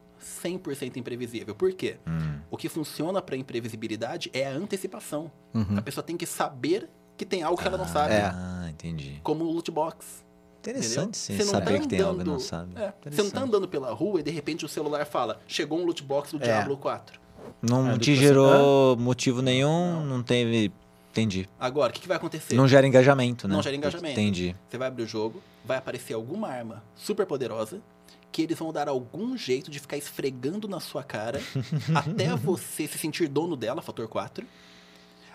100% imprevisível. Por quê?
Hum.
O que funciona para imprevisibilidade é a antecipação. A pessoa tem que saber que tem algo que ela não Uhum. sabe,
Hum. Ah, entendi.
como o loot box.
Interessante sim,
Você não
saber
tá
que tem algo e não
andando-
sabe.
É, você não tá andando pela rua e de repente o celular fala: chegou um loot box do
É.
Diablo 4.
Não
Ah,
É,
te
do-
gerou motivo nenhum, não teve. Entendi.
Agora, o que, que vai acontecer?
Não gera engajamento, né?
Não gera engajamento.
Entendi.
Você vai abrir o jogo, vai aparecer alguma arma super poderosa que eles vão dar algum jeito de ficar esfregando na sua cara até você se sentir dono dela, fator 4.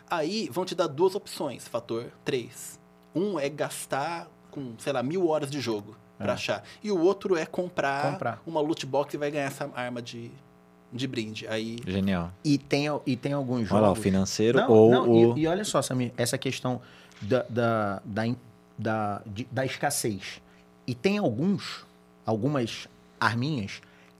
Aí vão te dar duas opções, fator 3. Um é gastar com, sei lá, mil horas de jogo pra achar. E o outro é comprar,
É. Comprar.
uma loot box e vai ganhar essa arma de, de brinde. Aí.
Genial.
E tem, e tem alguns jogos.
Olha lá, o financeiro
Não,
ou
não,
o.
e, e olha só, Samir, essa questão da, da, da, in- da, de- da escassez. E tem alguns, algumas arminhas,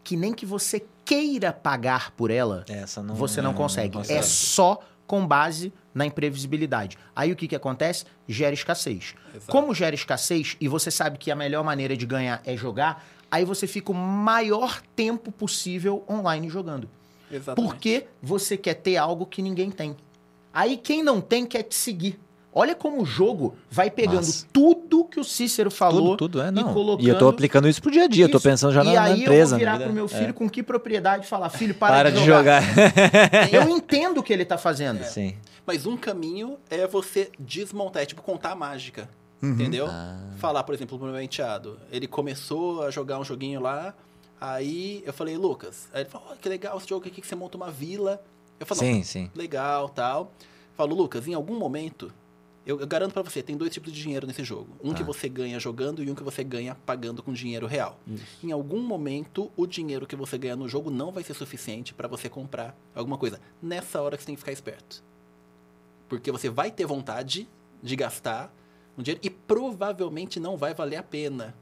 que nem que você queira pagar por ela,
É, Essa não.
você não, consegue. É
consegue.
só com base na imprevisibilidade. Aí o que, que acontece? Gera escassez.
Exato.
Como gera escassez e você sabe que a melhor maneira de ganhar é jogar, aí você fica o maior tempo possível online jogando.
Exatamente.
Porque você quer ter algo que ninguém tem. Aí quem não tem quer te seguir. Olha como o jogo vai pegando
Nossa.
tudo que o Cícero falou.
Tudo, tudo, é, não. E,
colocando-
eu tô aplicando isso pro dia a dia, eu tô
Isso.
pensando já na,
e
na
aí
empresa.
eu vou virar
na vida.
pro meu filho com que propriedade e falar, filho, para,
Para, de jogar. É.
Eu entendo o que ele tá fazendo.
Sim.
Mas um caminho é você desmontar, é tipo contar a mágica.
Uhum.
Entendeu?
Ah.
Falar, por exemplo, pro meu enteado. Ele começou a jogar um joguinho lá, aí eu falei, Lucas, aí ele falou, "Ó, que legal esse jogo aqui que você monta uma vila. Eu falei,
Sim, sim.
legal, tal. Falo, Lucas, em algum momento, eu, eu garanto pra você, tem dois tipos de dinheiro nesse jogo. Um que você ganha jogando e um que você ganha pagando com dinheiro real. Em algum momento, o dinheiro que você ganha no jogo não vai ser suficiente pra você comprar alguma coisa. Nessa hora que você tem que ficar esperto. Porque você vai ter vontade de gastar um dinheiro e provavelmente não vai valer a pena.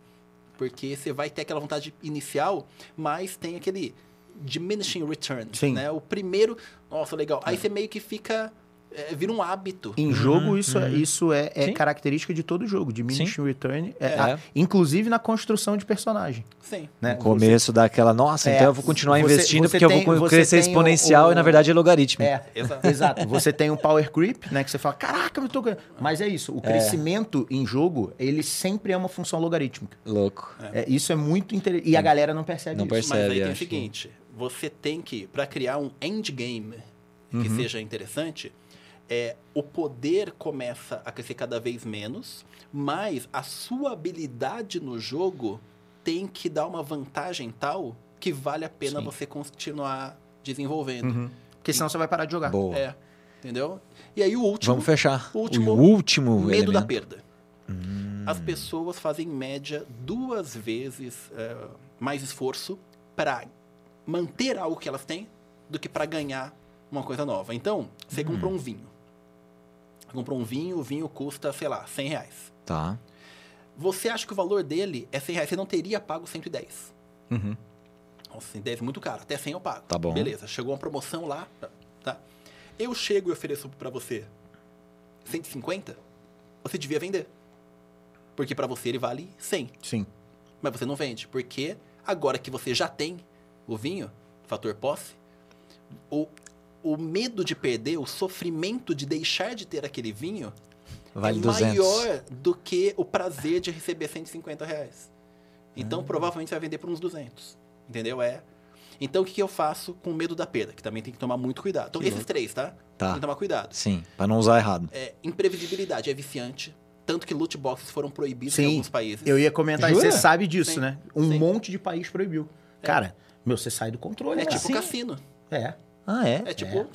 Porque você vai ter aquela vontade inicial, mas tem aquele diminishing return,
Sim.
né? O primeiro, nossa, legal. Aí você meio que fica, é, vira um hábito.
Em jogo, isso, é- isso é, é
Sim.
característica de todo jogo. Diminishing Return, é-
É.
a- inclusive na construção de personagem.
Sim.
Né?
No começo daquela, nossa,
É,
então eu vou continuar
você-
investindo
você
porque
tem-
eu vou
você
crescer
tem
exponencial
o-
e na verdade é logaritmo.
É,
Exato.
exato. Você tem um power creep, né? Que você fala, caraca, eu tô ganhando. Mas é isso. O crescimento em jogo, ele sempre é uma função logarítmica.
Louco.
É, isso é muito interessante. E a galera não percebe
Não
isso.
percebe.
Mas aí tem o
acho que-
seguinte: você tem que, pra criar um endgame que
Uhum.
seja interessante, é, o poder começa a crescer cada vez menos, mas a sua habilidade no jogo tem que dar uma vantagem tal que vale a pena
Sim.
você continuar desenvolvendo.
Uhum. Porque senão você vai parar de jogar.
Boa.
É, entendeu? E aí o último.
Vamos fechar. O
último-
último, o último elemento.
Medo da perda. As pessoas fazem, em média, duas vezes é, mais esforço para manter algo que elas têm do que para ganhar uma coisa nova. Então,
Hum.
você comprou um vinho. Você comprou um vinho, o vinho custa, sei lá, 100 reais.
Tá.
Você acha que o valor dele é 100 reais? Você não teria pago 110.
Uhum.
Nossa, 110 é muito caro. Até 100 eu pago.
Tá bom.
Beleza, chegou uma promoção lá, tá? Eu chego e ofereço pra você 150, você devia vender. Porque pra você ele vale 100,
Sim.
mas você não vende. Porque agora que você já tem o vinho, fator posse, o, o o medo de perder, o sofrimento de deixar de ter aquele vinho
Vale
é
200.
maior do que o prazer de receber 150 reais.
Ah.
Então, provavelmente, você vai vender por uns 200. Entendeu? É. Então, o que, que eu faço com medo da perda? Que também tem que tomar muito cuidado. Então, esses três, tá?
Tá.
Tem que tomar cuidado.
Sim, pra não usar errado.
É, imprevisibilidade é viciante. Tanto que loot boxes foram proibidos em
Sim,
alguns países.
Eu ia comentar, e
Jura?
você sabe disso,
Sim,
né? Um
sim.
monte de país proibiu. Cara, meu, você sai do controle,
É
cara.
tipo cassino.
É.
Ah, é?
É tipo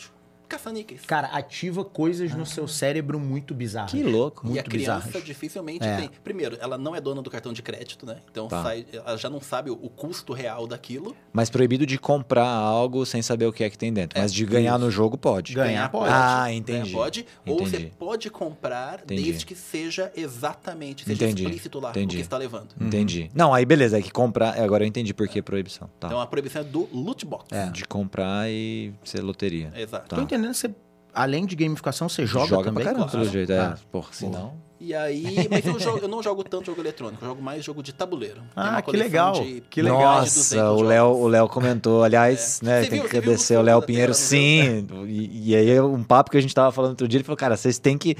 caça-níqueis.
Cara, ativa coisas no seu cérebro muito bizarras.
Que louco.
Muito
e a criança
bizarras.
dificilmente
É.
tem. Primeiro, ela não é dona do cartão de crédito, né? Então
Tá.
sai- ela já não sabe o, o custo real daquilo.
Mas proibido de comprar algo sem saber o que é que tem dentro. Mas de ganhar no jogo pode.
Ganhar pode.
Ah, entendi.
Ganhar né? pode. Ou
Entendi.
você pode comprar
Entendi.
desde que seja exatamente, seja
Entendi.
explícito lá
Entendi. Tá.
o que está levando.
Entendi. Não, aí beleza, é que comprar. é, Agora eu entendi por que proibição. Tá.
Então a proibição é do loot box.
De comprar e ser loteria.
Exato.
Tá.
Tô entendendo, você, além de gamificação, você joga, também.
pra caramba,
Claro.
pelo jeito. É,
Ah,
porra, senão.
E aí, mas eu, jogo- eu não jogo tanto jogo eletrônico, eu jogo mais jogo de tabuleiro. Tem
Ah,
uma
que
coleção
legal,
de
que legal.
mais de
Nossa,
200
o Léo,
jogos.
o Léo comentou, aliás,
É.
né,
Você
tem
viu-
que
você viu o
agradecer o
Fernando
Léo
da
Pinheiro,
Terra,
sim. E, e aí, um papo que a gente tava falando outro dia, ele falou, cara, vocês têm que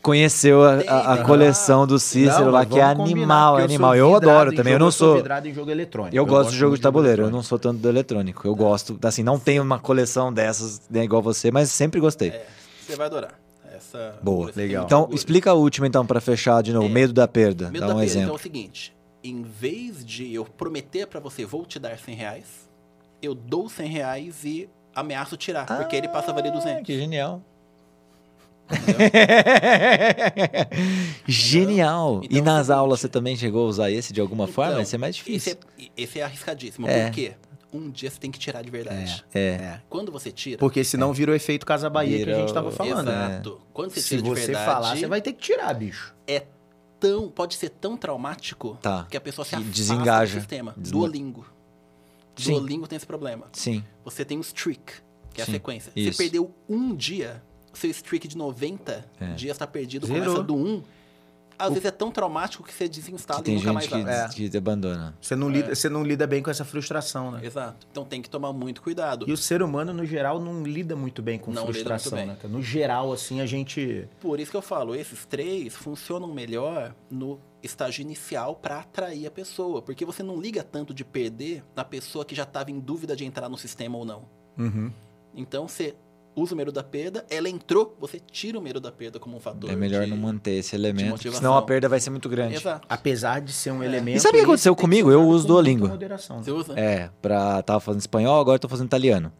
conhecer a,
Tem,
a- a
tem que
coleção do Cícero
Não,
lá,
mas
que é
vamos combinar,
animal,
porque
é
eu
animal.
sou
Eu
vidrado
adoro
em
também, eu
jogo,
não
sou
sou...
vidrado em jogo eletrônico.
Eu, gosto de jogo
muito
de tabuleiro, eu
eletrônico.
não sou tanto do eletrônico. Eu gosto, assim, não tenho uma coleção dessas né, igual você, mas sempre gostei.
É, você vai adorar. Essa
Boa,
esse tipo de
Então,
orgulho.
explica a última, então, pra fechar de novo.
É.
Medo da perda.
Medo
Dá
da
um
perda, então é
exemplo.
o seguinte: em vez de eu prometer pra você, vou te dar 100 reais, eu dou 100 reais e ameaço tirar, então, porque ele passa a valer 200.
Ah, Que genial.
entendeu?
Genial!
Então,
e
é o
nas
seguinte.
aulas você também chegou a usar esse de alguma forma?
Então,
Esse é mais difícil.
Esse é, esse é arriscadíssimo.
É.
Por quê? Um dia você tem que tirar de verdade.
É.
Quando você tira.
Porque senão vira o efeito Casa Bahia que a gente tava
Virou- é.
falando. né?
exato. Quando você
Se
tira de
você
verdade,
falar, você vai ter que tirar, bicho.
é tão, pode ser tão traumático
Tá.
que a pessoa se
Que
afasta
desengaja.
do sistema.
Desma-
Duolingo.
Sim.
Duolingo tem esse problema.
Sim.
você tem um streak, que é
Sim,
a sequência.
isso.
Você perdeu um dia, seu streak de 90
É.
dias tá perdido,
Zerou.
começa do 1. Às vezes é tão traumático que você desinstala
Que tem
e tá nunca
gente
mais
que,
abre.
dá.
que te abandona. É
Você não, lida, você não lida bem com essa frustração, né?
Exato. Então tem que tomar muito cuidado.
E o ser humano, no geral, não lida muito bem com
Não lida muito
frustração,
bem.
né? cara? No geral, assim, a gente.
Por isso que eu falo, esses três funcionam melhor no estágio inicial pra atrair a pessoa. Porque você não liga tanto de perder na pessoa que já tava em dúvida de entrar no sistema ou não.
Uhum.
Então você usa o medo da perda, ela entrou, você tira o medo da perda como um fator.
É melhor
de-
não manter esse elemento, porque
motivação.
senão a perda vai ser muito grande.
Exato.
Apesar de ser um
É.
elemento.
E sabe o que
esse
aconteceu
tem ser
comigo? Eu
usado
uso
com muita
Duolingo.
moderação, né?
Você usa?
É, pra, tava falando espanhol, agora tô fazendo italiano.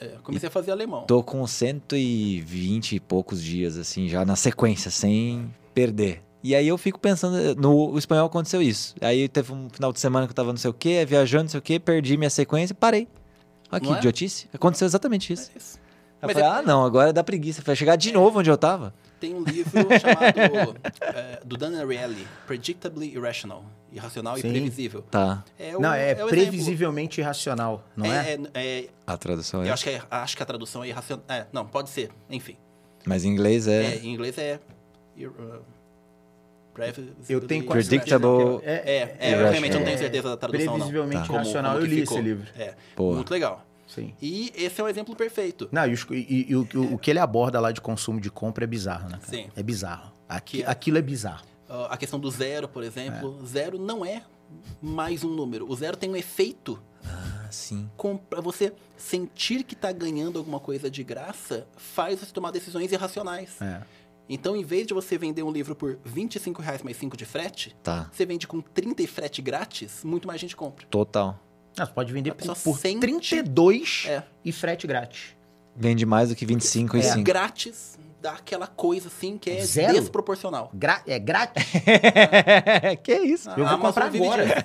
É, eu comecei a fazer alemão.
Tô com 120 e poucos dias, assim, já na sequência, sem perder. E aí eu fico pensando, no o espanhol aconteceu isso. Aí teve um final de semana que eu tava não sei o quê, viajando, não sei o quê, perdi minha sequência e parei. Olha que
Não é?
idiotice. Aconteceu exatamente isso.
É isso.
Aí eu
Mas
falei,
é-
ah, não, agora dá preguiça. Vai chegar de novo onde eu tava.
Tem um livro chamado é, do Dan Ariely, Predictably Irrational, irracional
Sim.
e previsível.
Tá.
É o-
Não, é,
o exemplo.
previsivelmente irracional, não é?
É- é- é-
A tradução é.
eu acho que, é- acho que a tradução é irracional. É, não, pode ser. Enfim.
Mas em inglês
É,
é.
em inglês é. ir- uh, previsibly-
Eu tenho quase certeza que
Predictable.
É, é,
Irrational.
eu realmente não
É,
tenho certeza da tradução. não.
previsivelmente
Como-
irracional.
como
Eu
que
li
ficou.
esse livro.
É.
Boa.
Muito legal.
Sim.
E esse é um exemplo perfeito.
Não, e, os- e- e o, que- o que ele aborda lá de consumo de compra é bizarro, né? cara?
Sim.
É bizarro. Aqui,
Que é-
Aquilo é bizarro.
Ah, A questão do zero, por exemplo. Zero não é mais um número. O zero tem um efeito
Ah, sim.
com, pra você sentir que tá ganhando alguma coisa de graça, faz você tomar decisões irracionais.
É.
Então, em vez de você vender um livro por 25 reais mais 5 de frete,
Tá.
você vende com 30 e frete grátis, muito mais gente compra.
Total.
Ah, você pode vender
A
por,
pessoa
por
sente-
32
É.
e frete grátis.
Vende mais do que 25 e
O
5.
É. grátis dá aquela coisa assim que é
Zero?
desproporcional.
Gra- é grátis?
É.
que isso? É,
Eu vou
Amazon
comprar
vive
agora.
disso.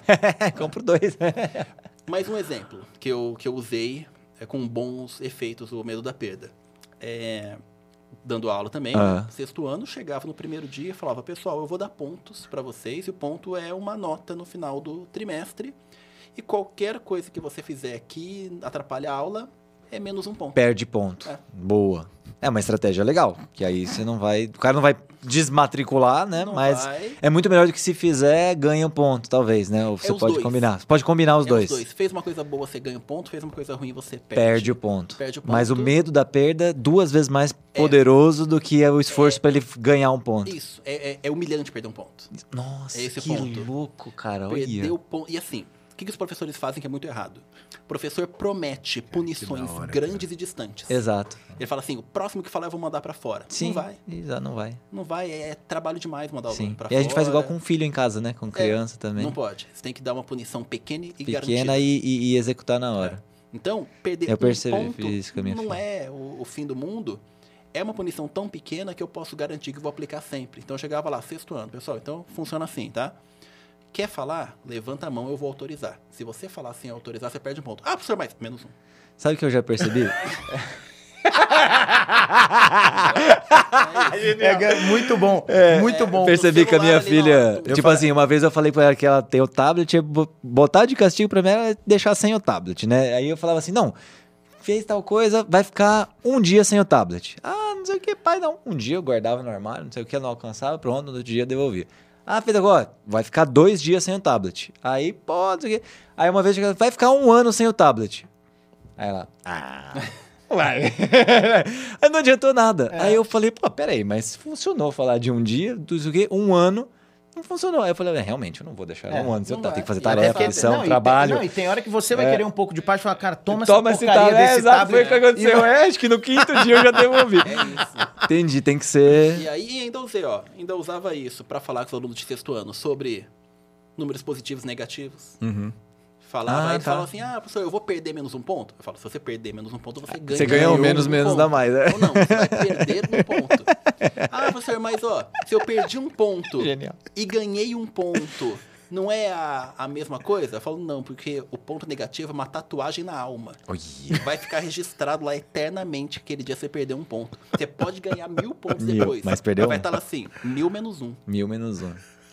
Compro dois. né?
Mais um exemplo que eu, que eu usei é, com bons efeitos o medo da perda. É, dando aula também,
Ah.
né? sexto ano, chegava no primeiro dia e falava, pessoal, eu vou dar pontos pra vocês, e o ponto é uma nota no final do trimestre. E qualquer coisa que você fizer que atrapalhe a aula é menos um ponto.
perde ponto.
É.
Boa. É uma estratégia legal, que aí você não vai, o cara não vai desmatricular, né?
Não
Mas
vai.
é muito melhor do que se fizer ganha um ponto, talvez, né? Ou você
É os
pode
dois.
combinar. Você pode combinar os
É
dois.
Fez uma coisa boa, você ganha um ponto. Fez uma coisa ruim, você perde.
Perde o ponto.
Perde o
Mas o
ponto. É.
medo da perda duas vezes mais poderoso do que é o esforço pra ele ganhar um ponto.
Isso. É, é- é humilhante perder um ponto.
Nossa,
É esse
que
ponto.
louco, cara. Olha.
Perdeu ponto. E assim, o que, que os professores fazem que é muito errado? O professor promete punições
hora,
grandes e distantes.
Exato.
Ele fala assim: o próximo que falar eu vou mandar pra fora.
Sim.
Não vai.
Exato, não vai.
Não vai. É, é trabalho demais mandar o aluno
Sim. E
pra fora. É.
a gente faz igual com um filho em casa, né? Com criança também.
Não pode. Você tem que dar uma punição pequena e garantida.
Pequena e, e- e executar na hora.
Então, perder
Eu
um
percebi,
ponto
fiz isso com a minha
não
filha.
é o, o fim do mundo. É uma punição tão pequena que eu posso garantir que vou aplicar sempre. Então, eu chegava lá, sexto ano, pessoal. Então, funciona assim, tá? Quer falar? Levanta a mão, eu vou autorizar. Se você falar sem autorizar, você perde um ponto. Ah, professor, mais menos um.
Sabe o que eu já percebi?
É, muito bom, muito bom.
percebi que a minha
celular ali na hora.
filha.
Eu
Tipo
falei-
assim, uma vez eu falei pra ela que ela tem o tablet, eu bo- botar de castigo pra mim era deixar sem o tablet, né? Aí eu falava assim: não, fez tal coisa, vai ficar um dia sem o tablet. Ah, não sei o que, pai, não. Um dia eu guardava no armário, não sei o que, não alcançava, pronto, no outro dia eu devolvia. Ah, fez agora, vai ficar dois dias sem o tablet. Aí, pô, não sei o que. Aí uma vez eu falei, vai ficar um ano sem o tablet. Aí ela, ah. Uai. aí não adiantou nada. Aí eu falei, pô, peraí, mas funcionou falar de um dia, do isso aqui, um ano, não funcionou. Aí eu falei, é, realmente, eu não vou deixar
É,
um ano, você
não
tá,
vai.
tem que fazer
E
Até
tarefa,
porque-
lição,
não, e tem-
trabalho. É.
não, E tem, hora que você vai querer um pouco de paz e falar, cara, toma,
Toma
essa
esse
porcaria
tablet. É,
desse
exato, foi o que
tablet. E
aconteceu. É, acho que no quinto dia eu já devolvi. Entendi, tem que ser.
E aí ainda usei, ó, ainda usava isso pra falar com os alunos de sexto ano sobre números positivos e negativos. Falava,
Ah,
aí eles
tá.
falavam assim, ah, professor, eu vou perder menos um ponto? Eu falo, se você perder menos um ponto, você ganha um
Você ganhou menos, menos
ponto.
dá mais, né?
Ou não, você vai perder um ponto. Ah, professor, mas ó, se eu perdi um ponto
Genial.
e ganhei um ponto, não é a, a mesma coisa? Eu falo, não, porque o ponto negativo é uma tatuagem na alma. Vai ficar registrado lá eternamente que aquele dia você perdeu um ponto. Você pode ganhar mil pontos
Mil,
depois.
mas perdeu um.
Vai estar lá assim, mil menos um.
Mil menos um.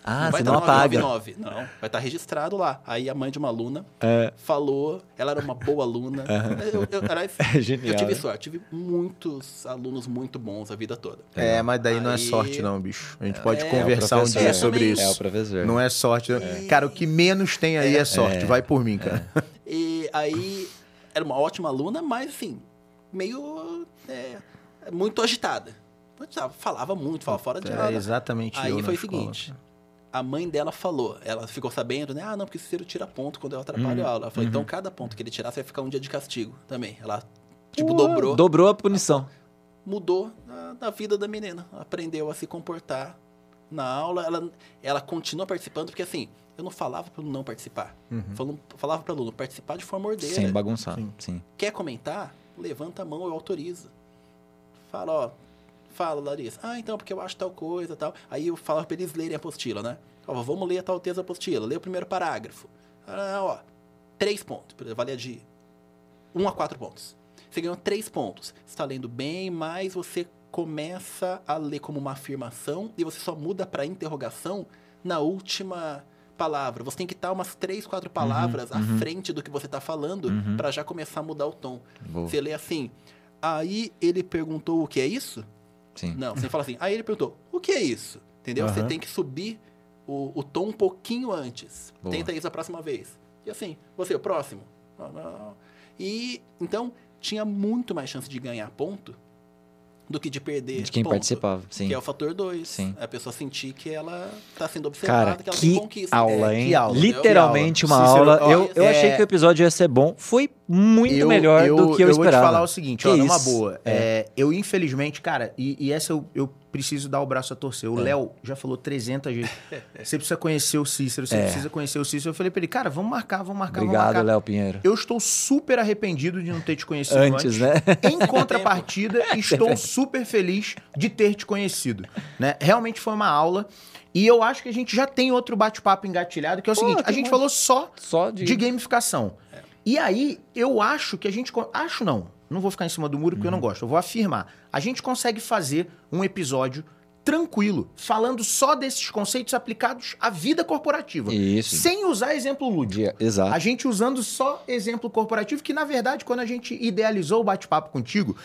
Ah,
Não vai tá
você
estar
não apaga.
999, não. Vai estar registrado lá. Aí a mãe de uma aluna
É.
falou, ela era uma boa aluna. Eu, eu, aliás,
É genial,
eu tive
né?
sorte, tive muitos alunos muito bons a vida toda.
É, mas daí não é
Aí-
sorte não, bicho. A gente pode
É,
conversar
é o
um
professor.
dia sobre isso.
É o professor.
Não é sorte. não. Cara, o que menos tem aí é, sorte. Vai por mim, cara.
E aí era uma ótima aluna, mas assim, meio. é, muito agitada. Muito agitada, Falava muito, falava fora
É,
de aula.
exatamente
Aí
né,
eu na
foi o
escola.
seguinte. A mãe dela falou, ela ficou sabendo, né? Ah, não, porque o Ciro tira ponto quando eu atrapalho
Uhum.
a aula. Ela falou, então cada ponto que ele tirar, você vai ficar um dia de castigo também. Ela, tipo,
Pô,
dobrou,
Dobrou a punição.
mudou a, a vida da menina. Aprendeu a se comportar na aula. Ela, ela continua participando, porque assim, eu não falava pra não participar. Falando, falava pra aluno participar de forma ordeira.
Sem bagunçar. Sim.
Quer comentar? Levanta a mão, eu autorizo. Fala, ó. Fala, Larissa. Ah, então, porque eu acho tal coisa tal. Aí eu falo pra eles lerem a apostila, né? Ó, vamos ler a tal texto da apostila. Lê o primeiro parágrafo. Ah, ó. Três pontos. por exemplo, Valia de um a quatro pontos. Você ganhou três pontos. Você está lendo bem, mas você começa a ler como uma afirmação e você só muda para interrogação na última palavra. Você tem que estar umas três, quatro palavras à frente do que você está falando
Uhum.
pra para já começar a mudar o tom.
Boa.
Você lê assim. Aí ele perguntou o que é isso?
Sim.
Não, você fala assim. Aí ele perguntou o que é isso? Entendeu? Você
Aham.
tem que subir o, o tom um pouquinho antes.
Boa.
Tenta isso a próxima vez. E assim, você, o próximo. Não, não, não. E então tinha muito mais chance de ganhar ponto do que de perder.
De quem
ponto,
participava. Sim.
Que é o fator 2.
Sim.
A pessoa sentir que ela está sendo observada,
Cara,
que ela tem
que
conquista.
aula,
É,
hein?
que aula.
Literalmente
Que
uma
aula. Cícero,
aula.
ó,
eu eu
é-
achei que o episódio ia ser bom. Foi muito
Eu-
melhor do que eu,
vou te
esperava.
falar o seguinte,
Que
ó, numa
isso?
boa. é, eu, infelizmente, cara, e, e essa eu, eu preciso dar o braço a torcer. O Léo já falou 300 vezes. Você precisa conhecer o Cícero, você precisa conhecer o Cícero. Eu falei pra ele, cara, vamos marcar, vamos marcar, vamos
Obrigado,
marcar.
Léo Pinheiro.
Eu estou super arrependido de não ter te conhecido
Antes,
antes.
né?
Em contrapartida, estou super feliz de ter te conhecido. Né? Realmente foi uma aula. E eu acho que a gente já tem outro bate-papo engatilhado, que é o
Pô,
seguinte: a
tem
gente
mais.
falou só
Só de.
de gamificação.
É.
E aí, eu acho que a gente. con- Acho
Uhum.
não. Não vou ficar em cima do muro porque eu não gosto. Eu vou afirmar. A gente consegue fazer um episódio tranquilo, falando só desses conceitos aplicados à vida corporativa.
Isso.
Sem usar exemplo lúdico.
Exato.
A gente usando só exemplo corporativo, que na verdade, quando a gente idealizou o bate-papo contigo,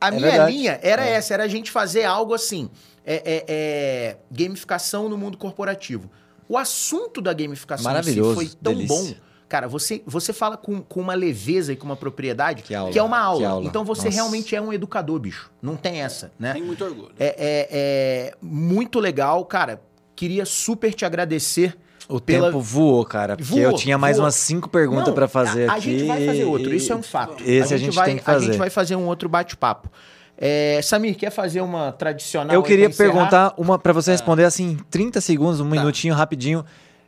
a minha
verdade.
linha era
É.
essa, era a gente fazer algo assim, é, é, é, gamificação no mundo corporativo. O assunto da gamificação em si
Maravilhoso,
foi tão bom.
delícia.
Cara, você, você fala com, com uma leveza e com uma propriedade
Que aula,
é uma aula.
que aula.
Então você
Nossa.
realmente é um educador, bicho. Não tem essa, né?
Tem muito orgulho.
É, é- é muito legal, cara. Queria super te agradecer.
O
Pela-
tempo voou, cara. Porque
Voou,
eu tinha mais
voou.
umas cinco perguntas
Não,
pra fazer
a,
aqui.
A gente vai fazer outro,
e-
isso é um fato.
Esse a gente
vai,
tem que
A gente
fazer.
vai fazer um outro bate-papo. É, Samir, quer fazer uma tradicional?
Eu
aí
queria
pra encerrar?
perguntar uma pra você responder assim, em 30 segundos, um
Tá.
minutinho, rapidinho.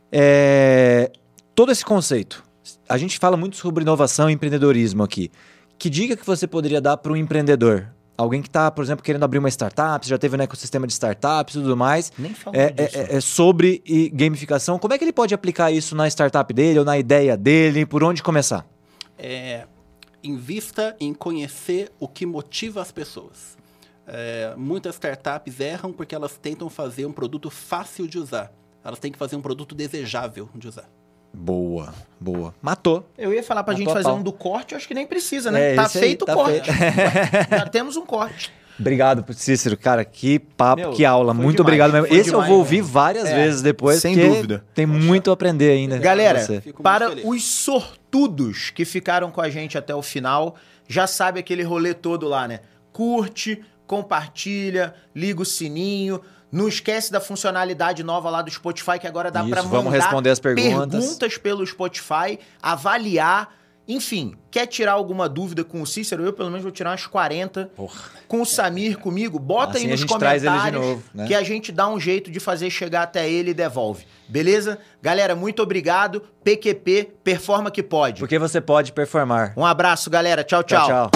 É, Todo esse conceito. A gente fala muito sobre inovação e empreendedorismo aqui. Que dica que você poderia dar para um empreendedor? Alguém que está, por exemplo, querendo abrir uma startup, você já teve um ecossistema de startups e tudo mais.
Nem falou
É,
disso.
é- é sobre e gamificação. Como é que ele pode aplicar isso na startup dele ou na ideia dele? Por onde começar?
é, invista em conhecer o que motiva as pessoas. É, muitas startups erram porque elas tentam fazer um produto fácil de usar. Elas têm que fazer um produto desejável de usar.
Boa, boa. Matou.
Eu ia falar pra
Na
gente
tua
fazer
pau.
um do corte, eu acho que nem precisa, né?
É,
tá
esse aí,
feito o
tá
corte.
feito.
Já temos um corte.
Obrigado, Cícero. Cara, que papo,
Meu,
que aula.
foi
Muito
demais,
obrigado mesmo.
foi
Esse eu
demais,
vou ouvir
né?
várias
É,
vezes depois.
sem
porque
dúvida.
Tem muito a aprender ainda. com
Galera,
né? você.
Fico muito
para
feliz.
os sortudos que ficaram com a gente até o final, já sabe aquele rolê todo lá, né? Curte, compartilha, liga o sininho. Não esquece da funcionalidade nova lá do Spotify, que agora dá
Isso,
pra mandar
vamos responder as perguntas.
perguntas pelo Spotify, avaliar. Enfim, quer tirar alguma dúvida com o Cícero? Eu, pelo menos, vou tirar umas 40.
Porra.
Com o Samir, comigo, bota
Assim
aí
a
nos
gente
comentários
traz ele de novo, né?
que a gente dá um jeito de fazer chegar até ele e devolve. Beleza? Galera, muito obrigado. PQP, performa que pode.
Porque você pode performar.
Um abraço, galera. tchau.
tchau.